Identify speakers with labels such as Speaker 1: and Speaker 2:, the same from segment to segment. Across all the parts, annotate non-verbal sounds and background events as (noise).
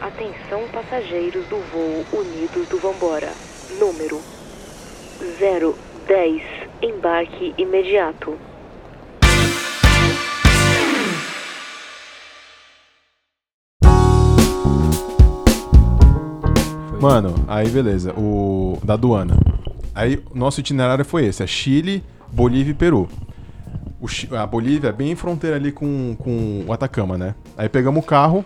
Speaker 1: Atenção passageiros do voo Unidos do Vambora. Número 010. Embarque imediato.
Speaker 2: Mano, aí beleza, o da aduana. Aí nosso itinerário foi esse, é Chile, Bolívia e Peru. O Chi- a Bolívia é bem em fronteira ali com, com o Atacama, né? Aí pegamos o carro.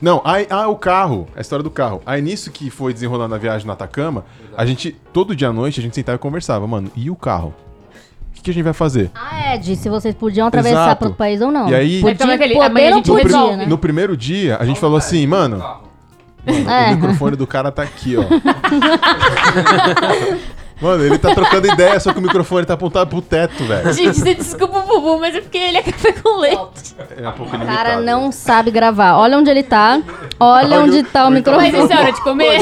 Speaker 2: Não, aí, ah, o carro, a história do carro. Aí nisso que foi desenrolando a viagem no Atacama, a gente, todo dia à noite, a gente sentava e conversava, mano, e o carro? O que, que a gente vai fazer?
Speaker 3: Ah, é, de se vocês podiam atravessar
Speaker 2: Exato.
Speaker 3: para outro país ou não.
Speaker 2: E aí-
Speaker 3: podia,
Speaker 4: Aí tava aquele,
Speaker 3: poder,
Speaker 4: amanhã a
Speaker 3: não
Speaker 4: gente
Speaker 2: No,
Speaker 3: podia,
Speaker 4: resolve.
Speaker 3: né?
Speaker 2: no primeiro dia, a gente falou assim, mano,
Speaker 3: É.
Speaker 2: O microfone do cara tá aqui, ó. Mano, ele tá trocando ideia, só que o microfone tá apontado pro teto, velho.
Speaker 4: Gente, você desculpa o Bubu, mas é porque ele é café com leite.
Speaker 2: É um pouco
Speaker 3: O
Speaker 2: limitado.
Speaker 3: cara não sabe gravar. Olha onde ele tá. Olha onde tá o microfone.
Speaker 4: Mas isso é hora de comer.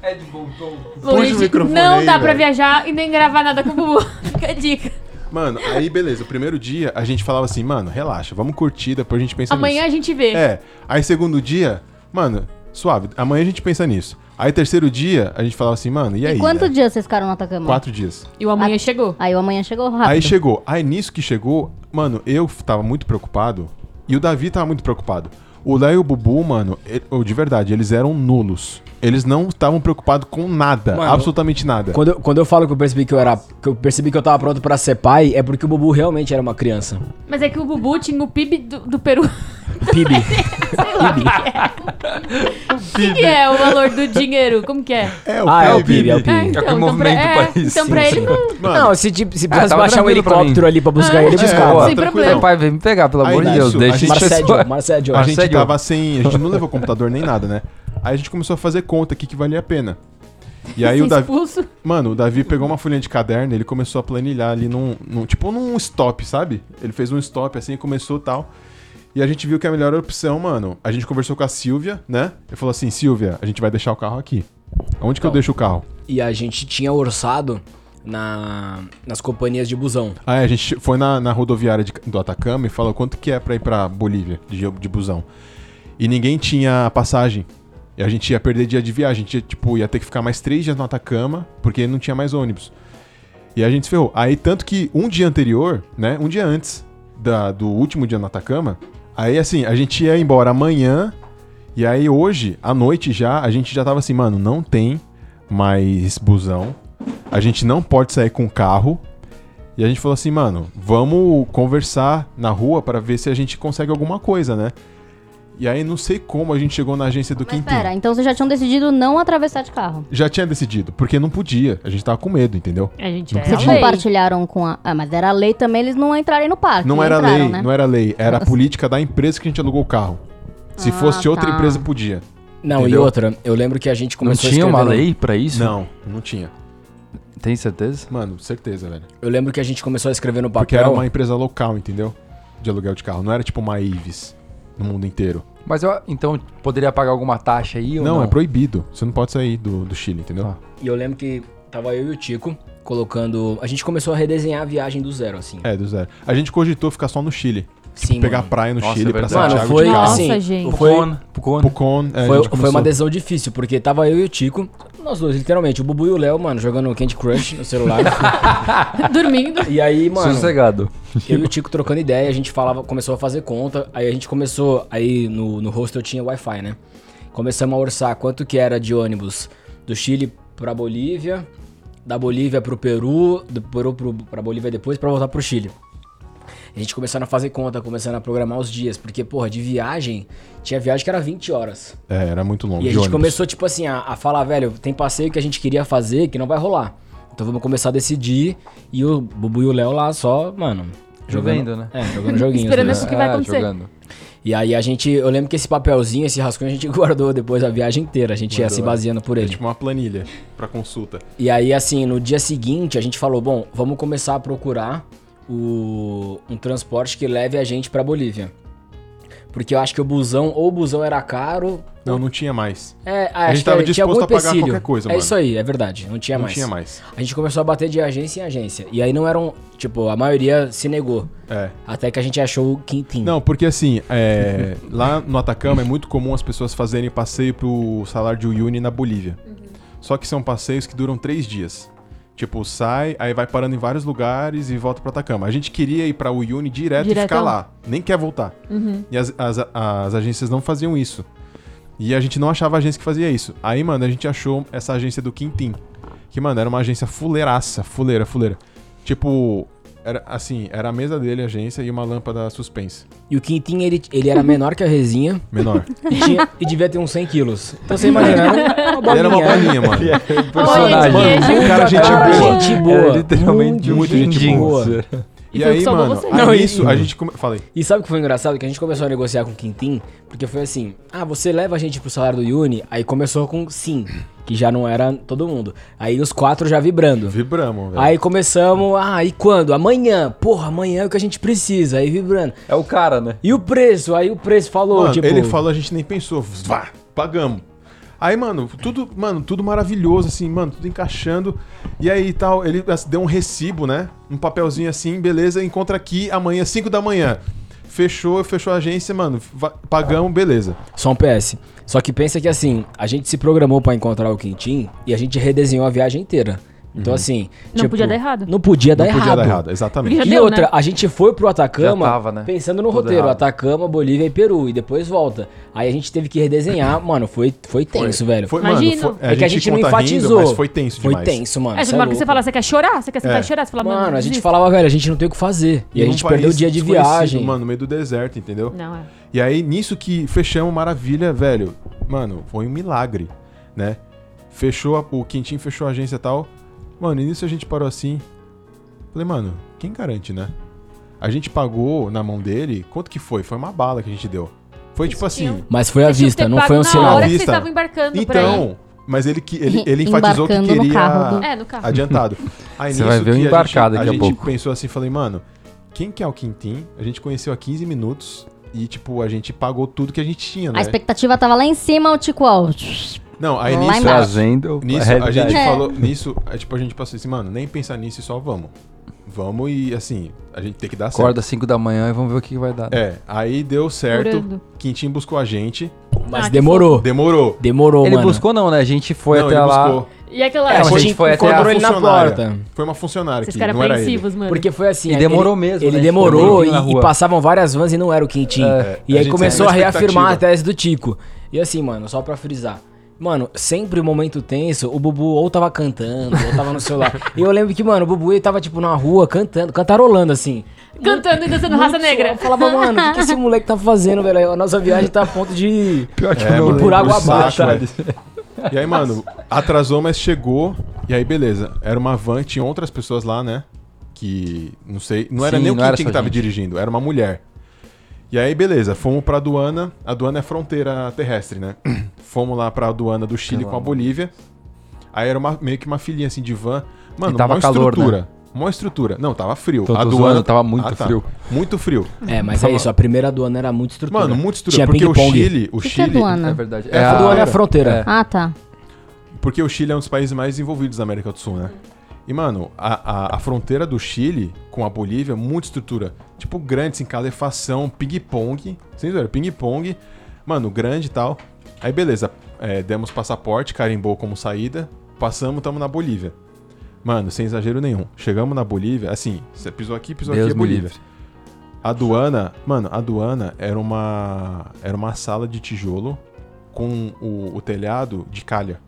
Speaker 5: É de bom tom.
Speaker 2: Puxa o microfone
Speaker 4: não
Speaker 2: aí,
Speaker 4: dá pra
Speaker 2: velho.
Speaker 4: viajar e nem gravar nada com o Bubu. (laughs) Fica a dica.
Speaker 2: Mano, aí beleza, o primeiro dia a gente falava assim, mano, relaxa, vamos curtir, depois a gente pensa
Speaker 4: Amanhã a
Speaker 2: nisso.
Speaker 4: gente vê.
Speaker 2: É, aí segundo dia, mano, suave, amanhã a gente pensa nisso. Aí terceiro dia, a gente falava assim, mano, e aí?
Speaker 3: E quantos
Speaker 2: né?
Speaker 3: dias vocês ficaram no Atacama?
Speaker 2: Quatro dias.
Speaker 4: E o amanhã chegou.
Speaker 3: Aí o amanhã chegou rápido.
Speaker 2: Aí chegou. Aí nisso que chegou, mano, eu f- tava muito preocupado. E o Davi tava muito preocupado. O Léo e o Bubu, mano, e- oh, de verdade, eles eram nulos. Eles não estavam preocupados com nada,
Speaker 5: Mano,
Speaker 2: absolutamente nada.
Speaker 5: Quando eu, quando eu falo que eu percebi que eu era. Que eu percebi que eu tava pronto pra ser pai, é porque o Bubu realmente era uma criança.
Speaker 4: Mas é que o Bubu tinha o PIB do, do Peru. (laughs)
Speaker 5: Pibi.
Speaker 4: Sei lá o que é. O que que é o valor do dinheiro? Como que é?
Speaker 2: É, o,
Speaker 5: ah,
Speaker 2: é
Speaker 5: é
Speaker 2: o
Speaker 5: o Pibi, é o
Speaker 2: PIB.
Speaker 5: Pibi.
Speaker 6: É que o
Speaker 4: então
Speaker 6: movimento
Speaker 4: pra,
Speaker 6: do país,
Speaker 4: Então
Speaker 6: sim,
Speaker 4: pra ele
Speaker 5: (laughs)
Speaker 6: sim.
Speaker 4: não.
Speaker 2: Mano,
Speaker 5: Não, se, tipo, se precisasse
Speaker 6: tava
Speaker 5: baixar um
Speaker 6: tranquilo pra
Speaker 5: helicóptero
Speaker 6: mim.
Speaker 5: ali pra buscar
Speaker 4: Ah,
Speaker 5: ele,
Speaker 4: é,
Speaker 5: buscava.
Speaker 4: sem
Speaker 2: tranquilo.
Speaker 4: problema.
Speaker 6: Meu pai veio me pegar, pelo
Speaker 2: Aí
Speaker 6: amor de
Speaker 2: nisso,
Speaker 6: Deus.
Speaker 2: a
Speaker 6: Deixa
Speaker 2: gente-
Speaker 6: essa
Speaker 5: Marcédio,
Speaker 6: história.
Speaker 5: Marcédio.
Speaker 2: a gente
Speaker 6: Marcelo.
Speaker 2: tava sem. A gente não levou computador nem nada, né? Aí a gente começou a fazer conta aqui que valia a pena. E aí
Speaker 4: ser
Speaker 2: o Davi.
Speaker 4: expulso.
Speaker 2: Mano, o Davi pegou uma folhinha de caderno, ele começou a planilhar ali num, num- Tipo num stop, sabe? Ele fez um stop assim, começou tal. E a gente viu que a melhor opção, mano. A gente conversou com a Silvia, né? Ele falou assim: Silvia, a gente vai deixar o carro aqui. Onde que eu deixo o carro?
Speaker 5: E a gente tinha orçado na, nas companhias de busão.
Speaker 2: Ah, é, a gente foi na, na rodoviária de- do Atacama e falou quanto que é pra ir pra Bolívia de, de busão. E ninguém tinha passagem. E a gente ia perder dia de viagem. A gente ia, tipo, ia ter que ficar mais três dias no Atacama, porque não tinha mais ônibus. E a gente se ferrou. Aí, tanto que um dia anterior, né? Um dia antes da- do último dia no Atacama, aí assim, a gente ia embora amanhã. E aí hoje, à noite já, a gente já tava assim, mano, não tem mais busão. A gente não pode sair com carro. E a gente falou assim, mano, vamos conversar na rua pra ver se a gente consegue alguma coisa, né? E aí não sei como a gente chegou na agência do
Speaker 3: Mas
Speaker 2: Quintinho.
Speaker 3: pera, então vocês já tinham decidido não atravessar de carro.
Speaker 2: Já tinha decidido, porque não podia. A gente tava com medo, entendeu?
Speaker 4: A gente
Speaker 2: Não
Speaker 4: é.
Speaker 2: podia.
Speaker 3: Vocês
Speaker 2: lei.
Speaker 3: compartilharam com a. Ah, mas era lei também eles não entrarem no parque.
Speaker 2: Não era
Speaker 3: entraram,
Speaker 2: lei,
Speaker 3: né?
Speaker 2: não era lei. Era a política da empresa que a gente alugou o carro. Se
Speaker 3: Ah,
Speaker 2: fosse outra
Speaker 3: tá.
Speaker 2: empresa, podia.
Speaker 5: Não,
Speaker 2: Entendeu?
Speaker 5: e outra, eu lembro que a gente
Speaker 6: Não
Speaker 5: começou
Speaker 6: tinha
Speaker 5: a
Speaker 6: uma
Speaker 5: escrever. no-
Speaker 6: lei pra isso?
Speaker 2: um- Não, não tinha.
Speaker 6: Tem certeza?
Speaker 2: Mano, certeza, velho.
Speaker 5: Eu lembro que a gente começou a escrever no
Speaker 2: Porque
Speaker 5: papel.
Speaker 2: era uma empresa local, entendeu? De aluguel de carro. Não era tipo uma Ives no mundo inteiro.
Speaker 6: Mas eu, então, poderia pagar alguma taxa aí ou
Speaker 2: Não,
Speaker 6: não?
Speaker 2: é proibido. Você não pode sair do, do Chile, entendeu?
Speaker 6: Tá.
Speaker 5: E eu lembro que tava eu e o Tico colocando. A gente começou a redesenhar a viagem do zero, assim.
Speaker 2: É, do zero. A gente cogitou ficar só no Chile.
Speaker 5: Sim,
Speaker 2: Pegar
Speaker 5: mano.
Speaker 2: praia no
Speaker 6: Nossa,
Speaker 2: Chile
Speaker 6: é
Speaker 2: pra
Speaker 6: verdade.
Speaker 2: Santiago
Speaker 5: Mano, foi
Speaker 2: Tá de carro.
Speaker 5: assim.
Speaker 4: Nossa, gente.
Speaker 5: Foi,
Speaker 6: Pucon, Pucon.
Speaker 2: Pucon, é, a
Speaker 5: foi,
Speaker 2: gente
Speaker 5: foi uma
Speaker 2: começou-
Speaker 5: decisão difícil, porque tava eu e o Tico, nós dois, literalmente, o Bubu e o Léo, mano, jogando Candy Crush
Speaker 2: (laughs)
Speaker 5: no celular.
Speaker 4: tá Dormindo.
Speaker 5: e aí, mano,
Speaker 6: Sossegado.
Speaker 5: eu e o Tico trocando ideia, a gente falava, começou a fazer conta, aí a gente começou, aí no, no hostel tinha Wi-Fi, né? Começamos a orçar quanto que era de ônibus do Chile pra Bolívia, da Bolívia pro Peru, do Peru pro, pra Bolívia depois, pra voltar pro Chile. A gente começando a fazer conta, começando a programar os dias, porque, porra, de viagem, tinha viagem que era 20 horas.
Speaker 2: É, era muito longo.
Speaker 5: E
Speaker 2: de
Speaker 5: a gente
Speaker 2: ônibus.
Speaker 5: começou, tipo assim, a, a falar, velho, tem passeio que a gente queria fazer que não vai rolar. Então vamos começar a decidir. E o Bubu e o Léo lá só, mano.
Speaker 6: Jogando, né? Ah,
Speaker 5: É, jogando joguinhos.
Speaker 4: Esperando
Speaker 5: né?
Speaker 4: Mas o que vai acontecer?
Speaker 6: Jogando.
Speaker 5: E aí a gente, eu lembro que esse papelzinho, esse rascunho, a gente (laughs) guardou depois a viagem inteira. A gente ia
Speaker 2: Guardou,
Speaker 5: se
Speaker 2: é.
Speaker 5: baseando por
Speaker 2: É
Speaker 5: ele.
Speaker 2: tipo uma planilha pra consulta.
Speaker 5: E aí, assim, no dia seguinte, a gente falou: bom, vamos começar a procurar o, um transporte que leve a gente pra Bolívia. Porque eu acho que o busão, ou o busão era caro.
Speaker 2: Não, não tinha mais.
Speaker 5: É, acho
Speaker 2: gente
Speaker 5: que
Speaker 2: tava
Speaker 5: era- tinha algum
Speaker 2: disposto a pagar
Speaker 5: empecilho.
Speaker 2: qualquer coisa,
Speaker 5: É
Speaker 2: mano.
Speaker 5: isso aí, é verdade. Não tinha
Speaker 2: não
Speaker 5: mais.
Speaker 2: tinha mais.
Speaker 5: A gente começou a bater de agência em agência. E aí não eram. Tipo, a maioria se negou.
Speaker 2: É.
Speaker 5: Até que a gente achou o quintinho.
Speaker 2: Não, porque assim, é, (laughs) lá no Atacama é muito comum as pessoas fazerem passeio pro salário de Uyuni na Bolívia. Só que são passeios que duram três dias. Tipo, sai, aí vai parando em vários lugares e volta pro Atacama. A gente queria ir pra Uyuni direto, e ficar
Speaker 4: Diretão.
Speaker 2: lá. Nem quer voltar. E as, as- as agências não faziam isso. E a gente não achava agência que fazia isso. Aí, mano, a gente achou essa agência do Quintim. Que, mano, era uma agência fuleiraça. Fuleira, fuleira. Tipo, era assim, era a mesa dele, a agência, e uma lâmpada suspensa.
Speaker 5: E o quintinho, ele, ele era menor que a resinha. (laughs)
Speaker 2: Menor.
Speaker 5: E, tinha- e devia ter uns 100 quilos. Então você imagina, era
Speaker 2: (laughs)
Speaker 5: uma
Speaker 2: Ele era uma
Speaker 5: bolinha.
Speaker 2: bolinha,
Speaker 5: (laughs)
Speaker 2: mano.
Speaker 4: Olha,
Speaker 6: Mano,
Speaker 4: que
Speaker 2: um cara, gente
Speaker 5: Cara,
Speaker 2: boa.
Speaker 5: gente
Speaker 6: Era
Speaker 5: boa.
Speaker 6: É, literalmente
Speaker 5: Muito
Speaker 6: um
Speaker 5: gente
Speaker 6: jeans.
Speaker 5: boa.
Speaker 2: E,
Speaker 4: foi o que
Speaker 2: aí,
Speaker 4: salvou
Speaker 2: mano,
Speaker 4: vocês.
Speaker 2: aí
Speaker 5: Não,
Speaker 2: isso,
Speaker 5: e-
Speaker 2: a gente... Come... Falei.
Speaker 5: E sabe o que foi engraçado? Que a gente começou a negociar com o Quintim, porque foi assim: ah, você leva a gente pro salário do Yuni? Aí começou com sim, que já não era todo mundo. Aí os quatro já vibrando.
Speaker 2: Vibramos, velho.
Speaker 5: Aí começamos, ah, e quando? Amanhã. Porra, amanhã é o que a gente precisa. Aí vibrando.
Speaker 6: É o cara, né?
Speaker 5: E o preço? Aí o preço falou,
Speaker 2: Mano,
Speaker 5: tipo.
Speaker 2: ele falou, a gente nem pensou. Vá, pagamos. Aí, mano, tudo, mano, tudo maravilhoso, assim, mano, tudo encaixando. E aí tal, ele assim, deu um recibo, né? Um papelzinho assim, beleza, encontra aqui amanhã, 5 da manhã. Fechou, fechou a agência, mano, va- pagamos, beleza.
Speaker 5: Só um PS. Só que pensa que assim, a gente se programou pra encontrar o Quintim e a gente redesenhou a viagem inteira. Então assim.
Speaker 4: Não podia dar errado.
Speaker 5: Não podia dar
Speaker 2: Uhum. Não
Speaker 5: Tá errado.
Speaker 2: podia dar errado, exatamente.
Speaker 4: Já
Speaker 5: e
Speaker 4: deu,
Speaker 5: outra,
Speaker 4: né?
Speaker 5: a gente foi pro Atacama
Speaker 6: Já tava, né?
Speaker 5: pensando no
Speaker 6: Tudo
Speaker 5: roteiro,
Speaker 6: errado.
Speaker 5: Atacama, Bolívia e Peru, e depois volta. Aí a gente teve
Speaker 2: (coughs)
Speaker 5: que redesenhar, mano, foi, foi tenso, é velho.
Speaker 2: Foi,
Speaker 4: Imagina.
Speaker 2: mano, foi,
Speaker 5: é que a gente não
Speaker 2: conta rindo,
Speaker 5: enfatizou.
Speaker 2: mas foi tenso
Speaker 5: Foi
Speaker 2: demais.
Speaker 5: tenso, mano.
Speaker 4: É,
Speaker 5: cê
Speaker 4: chega uma hora que você
Speaker 5: Ah, louco.
Speaker 4: fala, você quer chorar? Você quer sentar
Speaker 2: É.
Speaker 4: e chorar? Você fala, mano,
Speaker 5: Mano, a gente
Speaker 4: desista.
Speaker 5: falava, velho, a gente não tem o que fazer. E, a
Speaker 2: num
Speaker 5: gente perdeu
Speaker 2: um
Speaker 5: o
Speaker 2: país
Speaker 5: dia de
Speaker 2: desconhecido,
Speaker 5: viagem.
Speaker 2: Mano, no meio do deserto, entendeu?
Speaker 4: Não, é.
Speaker 2: E aí, nisso que fechamos Maravilha, velho. Mano, foi um milagre, né? Fechou a- o Quintinho, fechou a agência e tal. Mano, e nisso a gente parou assim. Falei, mano, quem garante, né? A gente pagou na mão dele, quanto que foi? Foi uma bala que a gente deu. Foi tipo assim.
Speaker 5: Mas foi à
Speaker 4: Vocês tinham que
Speaker 5: vista,
Speaker 4: ter
Speaker 5: não
Speaker 4: pago
Speaker 5: foi um
Speaker 4: na
Speaker 5: sinal.
Speaker 4: hora que vocês
Speaker 2: Vista.
Speaker 4: estavam embarcando por aí.
Speaker 2: Então, mas ele, que- ele, ele
Speaker 3: (laughs) Em-
Speaker 2: enfatizou que
Speaker 3: embarcando no
Speaker 2: queria
Speaker 3: carro do-
Speaker 4: É, no
Speaker 2: (laughs)
Speaker 4: carro.
Speaker 2: adiantado. Aí
Speaker 6: Você vai ver o
Speaker 2: que a
Speaker 6: embarcado
Speaker 2: gente-
Speaker 6: daqui a
Speaker 2: A gente
Speaker 6: pouco.
Speaker 2: pensou assim, falei, mano, quem que é o Quintim? A gente conheceu há 15 minutos e, tipo, a gente pagou tudo que a gente tinha, né?
Speaker 3: A expectativa tava lá em cima, o Tico ó,
Speaker 2: Não, aí
Speaker 3: lá
Speaker 6: é
Speaker 2: nisso,
Speaker 3: embaixo.
Speaker 6: Trazendo
Speaker 2: Nisso, a gente
Speaker 3: É.
Speaker 2: falou. Nisso, é, tipo, a gente passou assim, mano, nem pensar nisso e só vamos. Vamos e assim, a gente tem que dar
Speaker 6: Acorda às 5 da manhã e vamos ver o que que vai dar. né?
Speaker 2: certo. É, aí deu certo.
Speaker 4: Orando.
Speaker 2: Quintim buscou a gente.
Speaker 5: Mas
Speaker 4: Ah, que
Speaker 5: demorou.
Speaker 2: Demorou.
Speaker 5: Demorou,
Speaker 6: Ele
Speaker 5: mano.
Speaker 6: buscou não, né? A gente foi
Speaker 2: Não,
Speaker 6: até
Speaker 2: ele
Speaker 6: lá.
Speaker 2: buscou.
Speaker 4: E aquela...
Speaker 6: É,
Speaker 5: a
Speaker 6: mas
Speaker 5: gente,
Speaker 6: a gente foi até
Speaker 5: encontrou
Speaker 6: a
Speaker 5: ele na
Speaker 2: funcionária.
Speaker 5: porta.
Speaker 2: Foi uma funcionária
Speaker 4: Vocês
Speaker 2: que
Speaker 4: ficaram
Speaker 2: não era ele.
Speaker 4: apreensivos, mano.
Speaker 5: Porque foi assim.
Speaker 6: E
Speaker 5: aí
Speaker 6: demorou
Speaker 5: ele-
Speaker 6: mesmo,
Speaker 5: Ele
Speaker 6: né?
Speaker 5: demorou
Speaker 6: Ficou na
Speaker 5: e, e
Speaker 6: rua.
Speaker 5: passavam várias vans e não era o Quintim.
Speaker 6: É,
Speaker 5: e
Speaker 2: a
Speaker 5: aí
Speaker 2: gente
Speaker 5: começou a
Speaker 2: saiu na
Speaker 5: reafirmar a
Speaker 2: expectativa.
Speaker 5: tese do Tico. E assim, mano, só pra frisar. Mano, sempre o momento tenso, o Bubu ou tava cantando, ou tava no celular. e eu lembro que, mano, o Bubu ele tava, tipo, na rua cantando, cantarolando assim.
Speaker 4: Cantando e dançando raça negra.
Speaker 5: Eu falava, mano, o que que esse moleque tá fazendo, velho? A nossa viagem tá a ponto de.
Speaker 6: Pior que
Speaker 2: É,
Speaker 6: não
Speaker 2: mano,
Speaker 5: por água
Speaker 2: saco,
Speaker 5: abaixo,
Speaker 2: é.
Speaker 6: né?
Speaker 2: E aí, mano, atrasou, mas chegou. E aí, beleza. Era uma van, tinha outras pessoas lá, né? Que não sei. Não era
Speaker 6: Sim,
Speaker 2: nem o
Speaker 6: não era
Speaker 2: Quintin
Speaker 6: só
Speaker 2: que tava
Speaker 6: gente.
Speaker 2: dirigindo, era uma mulher. E aí, beleza, fomos pra aduana. A aduana é fronteira terrestre, né? (clears throat) Fomos lá pra aduana do Chile
Speaker 6: Pelo
Speaker 2: com a
Speaker 6: amor
Speaker 2: Bolívia. Aí era uma- meio que uma filhinha assim de van. Mano,
Speaker 6: E tava
Speaker 2: mó
Speaker 6: calor, né?
Speaker 2: estrutura. Mó estrutura. Não, tava frio.
Speaker 6: Tô- tô
Speaker 2: A Ah, tá.
Speaker 6: zoando, tava muito frio.
Speaker 2: Muito
Speaker 6: (laughs)
Speaker 2: frio.
Speaker 5: É, mas é isso, a primeira aduana era muito estrutura.
Speaker 2: Mano, muito estrutura.
Speaker 5: Tinha
Speaker 2: porque o
Speaker 5: ping-pong.
Speaker 2: Chile. O
Speaker 3: O que, que é
Speaker 2: Chile.
Speaker 6: É
Speaker 3: aduana?
Speaker 6: verdade.
Speaker 5: É, a aduana é a fronteira.
Speaker 3: Ah, tá.
Speaker 2: Porque o Chile é um dos países mais desenvolvidos da América do Sul, né? E, mano, a, a, a fronteira do Chile com a Bolívia, é muita estrutura. Tipo, grande, assim, calefação, ping-pong. Sem zoeira, ping-pong. Mano, grande e tal. Aí, beleza. é, demos passaporte, carimbou como saída. Passamos, tamo na Bolívia. Mano, sem exagero nenhum. Chegamos na Bolívia, assim, você pisou aqui, pisou
Speaker 6: Deus
Speaker 2: aqui, é
Speaker 6: me
Speaker 2: Bolívia.
Speaker 6: livre.
Speaker 2: A aduana, mano, a aduana era uma, era uma sala de tijolo com o- o telhado de calha.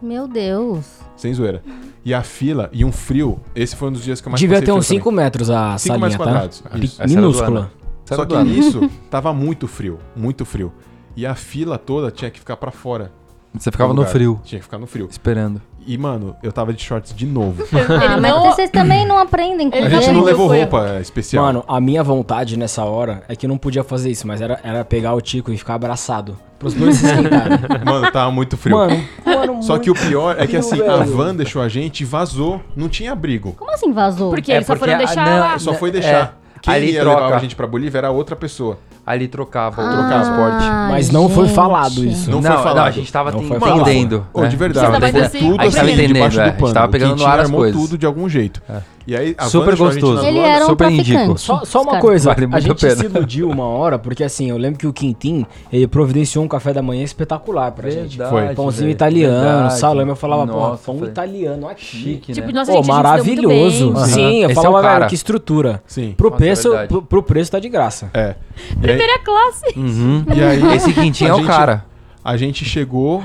Speaker 3: Meu Deus.
Speaker 2: Sem zoeira. E a fila e um frio. Esse foi um dos dias que eu mais
Speaker 5: Devia
Speaker 2: passei
Speaker 5: ter uns
Speaker 2: frio
Speaker 5: 5 metros a
Speaker 2: Cinco
Speaker 5: salinha,
Speaker 2: metros quadrados,
Speaker 5: tá?
Speaker 2: isso.
Speaker 5: Pe-
Speaker 6: né? Essa era a
Speaker 5: Minúscula.
Speaker 6: aduana.
Speaker 2: também. Só que nisso, tava muito frio. Muito frio. E a fila toda tinha que ficar pra fora.
Speaker 6: Você
Speaker 2: do
Speaker 6: ficava no
Speaker 2: lugar.
Speaker 6: frio,
Speaker 2: Tinha que ficar no frio.
Speaker 6: esperando.
Speaker 2: E, mano, eu tava de shorts de
Speaker 5: (laughs)
Speaker 2: novo.
Speaker 3: Ah,
Speaker 4: Ele
Speaker 3: mas
Speaker 4: não...
Speaker 3: vocês também não aprendem com
Speaker 4: Ele
Speaker 2: A
Speaker 3: ele.
Speaker 2: gente não
Speaker 4: aprendeu,
Speaker 2: levou
Speaker 4: foi.
Speaker 2: roupa especial.
Speaker 5: Mano, a minha vontade nessa hora é que eu não podia fazer isso, mas era, era pegar o Tico e ficar abraçado. Pros dois se
Speaker 6: (laughs)
Speaker 5: esquentarem.
Speaker 2: Mano, tava muito frio.
Speaker 5: mano, mano,
Speaker 2: Só que o pior é que
Speaker 5: frio,
Speaker 2: assim, a
Speaker 5: velho.
Speaker 2: van deixou a gente e vazou. Não tinha abrigo.
Speaker 3: Como assim vazou?
Speaker 4: Porque eles só foram deixar
Speaker 6: não,
Speaker 4: lá.
Speaker 2: Só foi deixar.
Speaker 6: é.
Speaker 2: Quem
Speaker 6: ali
Speaker 2: ia
Speaker 6: troca.
Speaker 2: levava a gente pra Bolívia era outra pessoa.
Speaker 6: Ali trocava o
Speaker 2: Ah. Trocava esporte.
Speaker 3: Ai,
Speaker 5: Mas não foi
Speaker 3: Ah, gente.
Speaker 5: falado isso.
Speaker 2: Não foi falado.
Speaker 6: a gente tava
Speaker 5: Não
Speaker 6: ten-
Speaker 5: foi falado.
Speaker 6: entendendo.
Speaker 2: Ô, de verdade.
Speaker 6: tá
Speaker 4: Vocês
Speaker 2: ficou
Speaker 4: estavam assim,
Speaker 2: tudo
Speaker 4: a gente
Speaker 2: assim,
Speaker 4: tava
Speaker 6: né? entendendo,
Speaker 2: debaixo
Speaker 6: é, a
Speaker 2: do
Speaker 6: gente
Speaker 2: pano.
Speaker 6: tava pegando
Speaker 2: O Quintino
Speaker 6: no ar as
Speaker 2: armou
Speaker 6: coisas. É.
Speaker 2: tudo de algum jeito. E aí, a
Speaker 6: Super
Speaker 2: Wanda achou Ah, a gente na
Speaker 6: gostoso.
Speaker 3: Ele
Speaker 2: lona.
Speaker 3: era um
Speaker 6: Super indico.
Speaker 3: traficante.
Speaker 6: Só-
Speaker 5: Só, só uma
Speaker 3: Cara,
Speaker 5: coisa,
Speaker 6: Vale
Speaker 5: a
Speaker 6: muito a
Speaker 5: gente
Speaker 6: pena.
Speaker 5: se iludiu uma hora, porque assim, eu lembro que o Quintim, ele providenciou um café da manhã espetacular pra gente.
Speaker 2: Foi.
Speaker 5: Pãozinho
Speaker 6: velho,
Speaker 5: italiano,
Speaker 6: verdade.
Speaker 5: salame, eu falava,
Speaker 6: Nossa,
Speaker 5: pô, pão
Speaker 6: foi
Speaker 5: italiano aqui.
Speaker 6: Chique,
Speaker 2: (laughs)
Speaker 4: Tipo,
Speaker 6: né?
Speaker 4: nossa,
Speaker 5: Pô,
Speaker 4: gente, se deu muito
Speaker 5: maravilhoso.
Speaker 4: bem.
Speaker 6: Aham.
Speaker 5: Sim, eu
Speaker 6: Esse é
Speaker 5: falava,
Speaker 6: o cara.
Speaker 5: velho, que estrutura.
Speaker 2: Sim.
Speaker 5: Pro,
Speaker 6: Nossa, é
Speaker 5: preço,
Speaker 6: verdade.
Speaker 5: pro, pro preço tá de graça.
Speaker 2: É. E aí,
Speaker 4: Primeira classe.
Speaker 6: Uhum.
Speaker 2: E aí-
Speaker 6: Esse quintinho é
Speaker 2: A
Speaker 6: o
Speaker 2: gente-
Speaker 6: cara.
Speaker 2: A gente chegou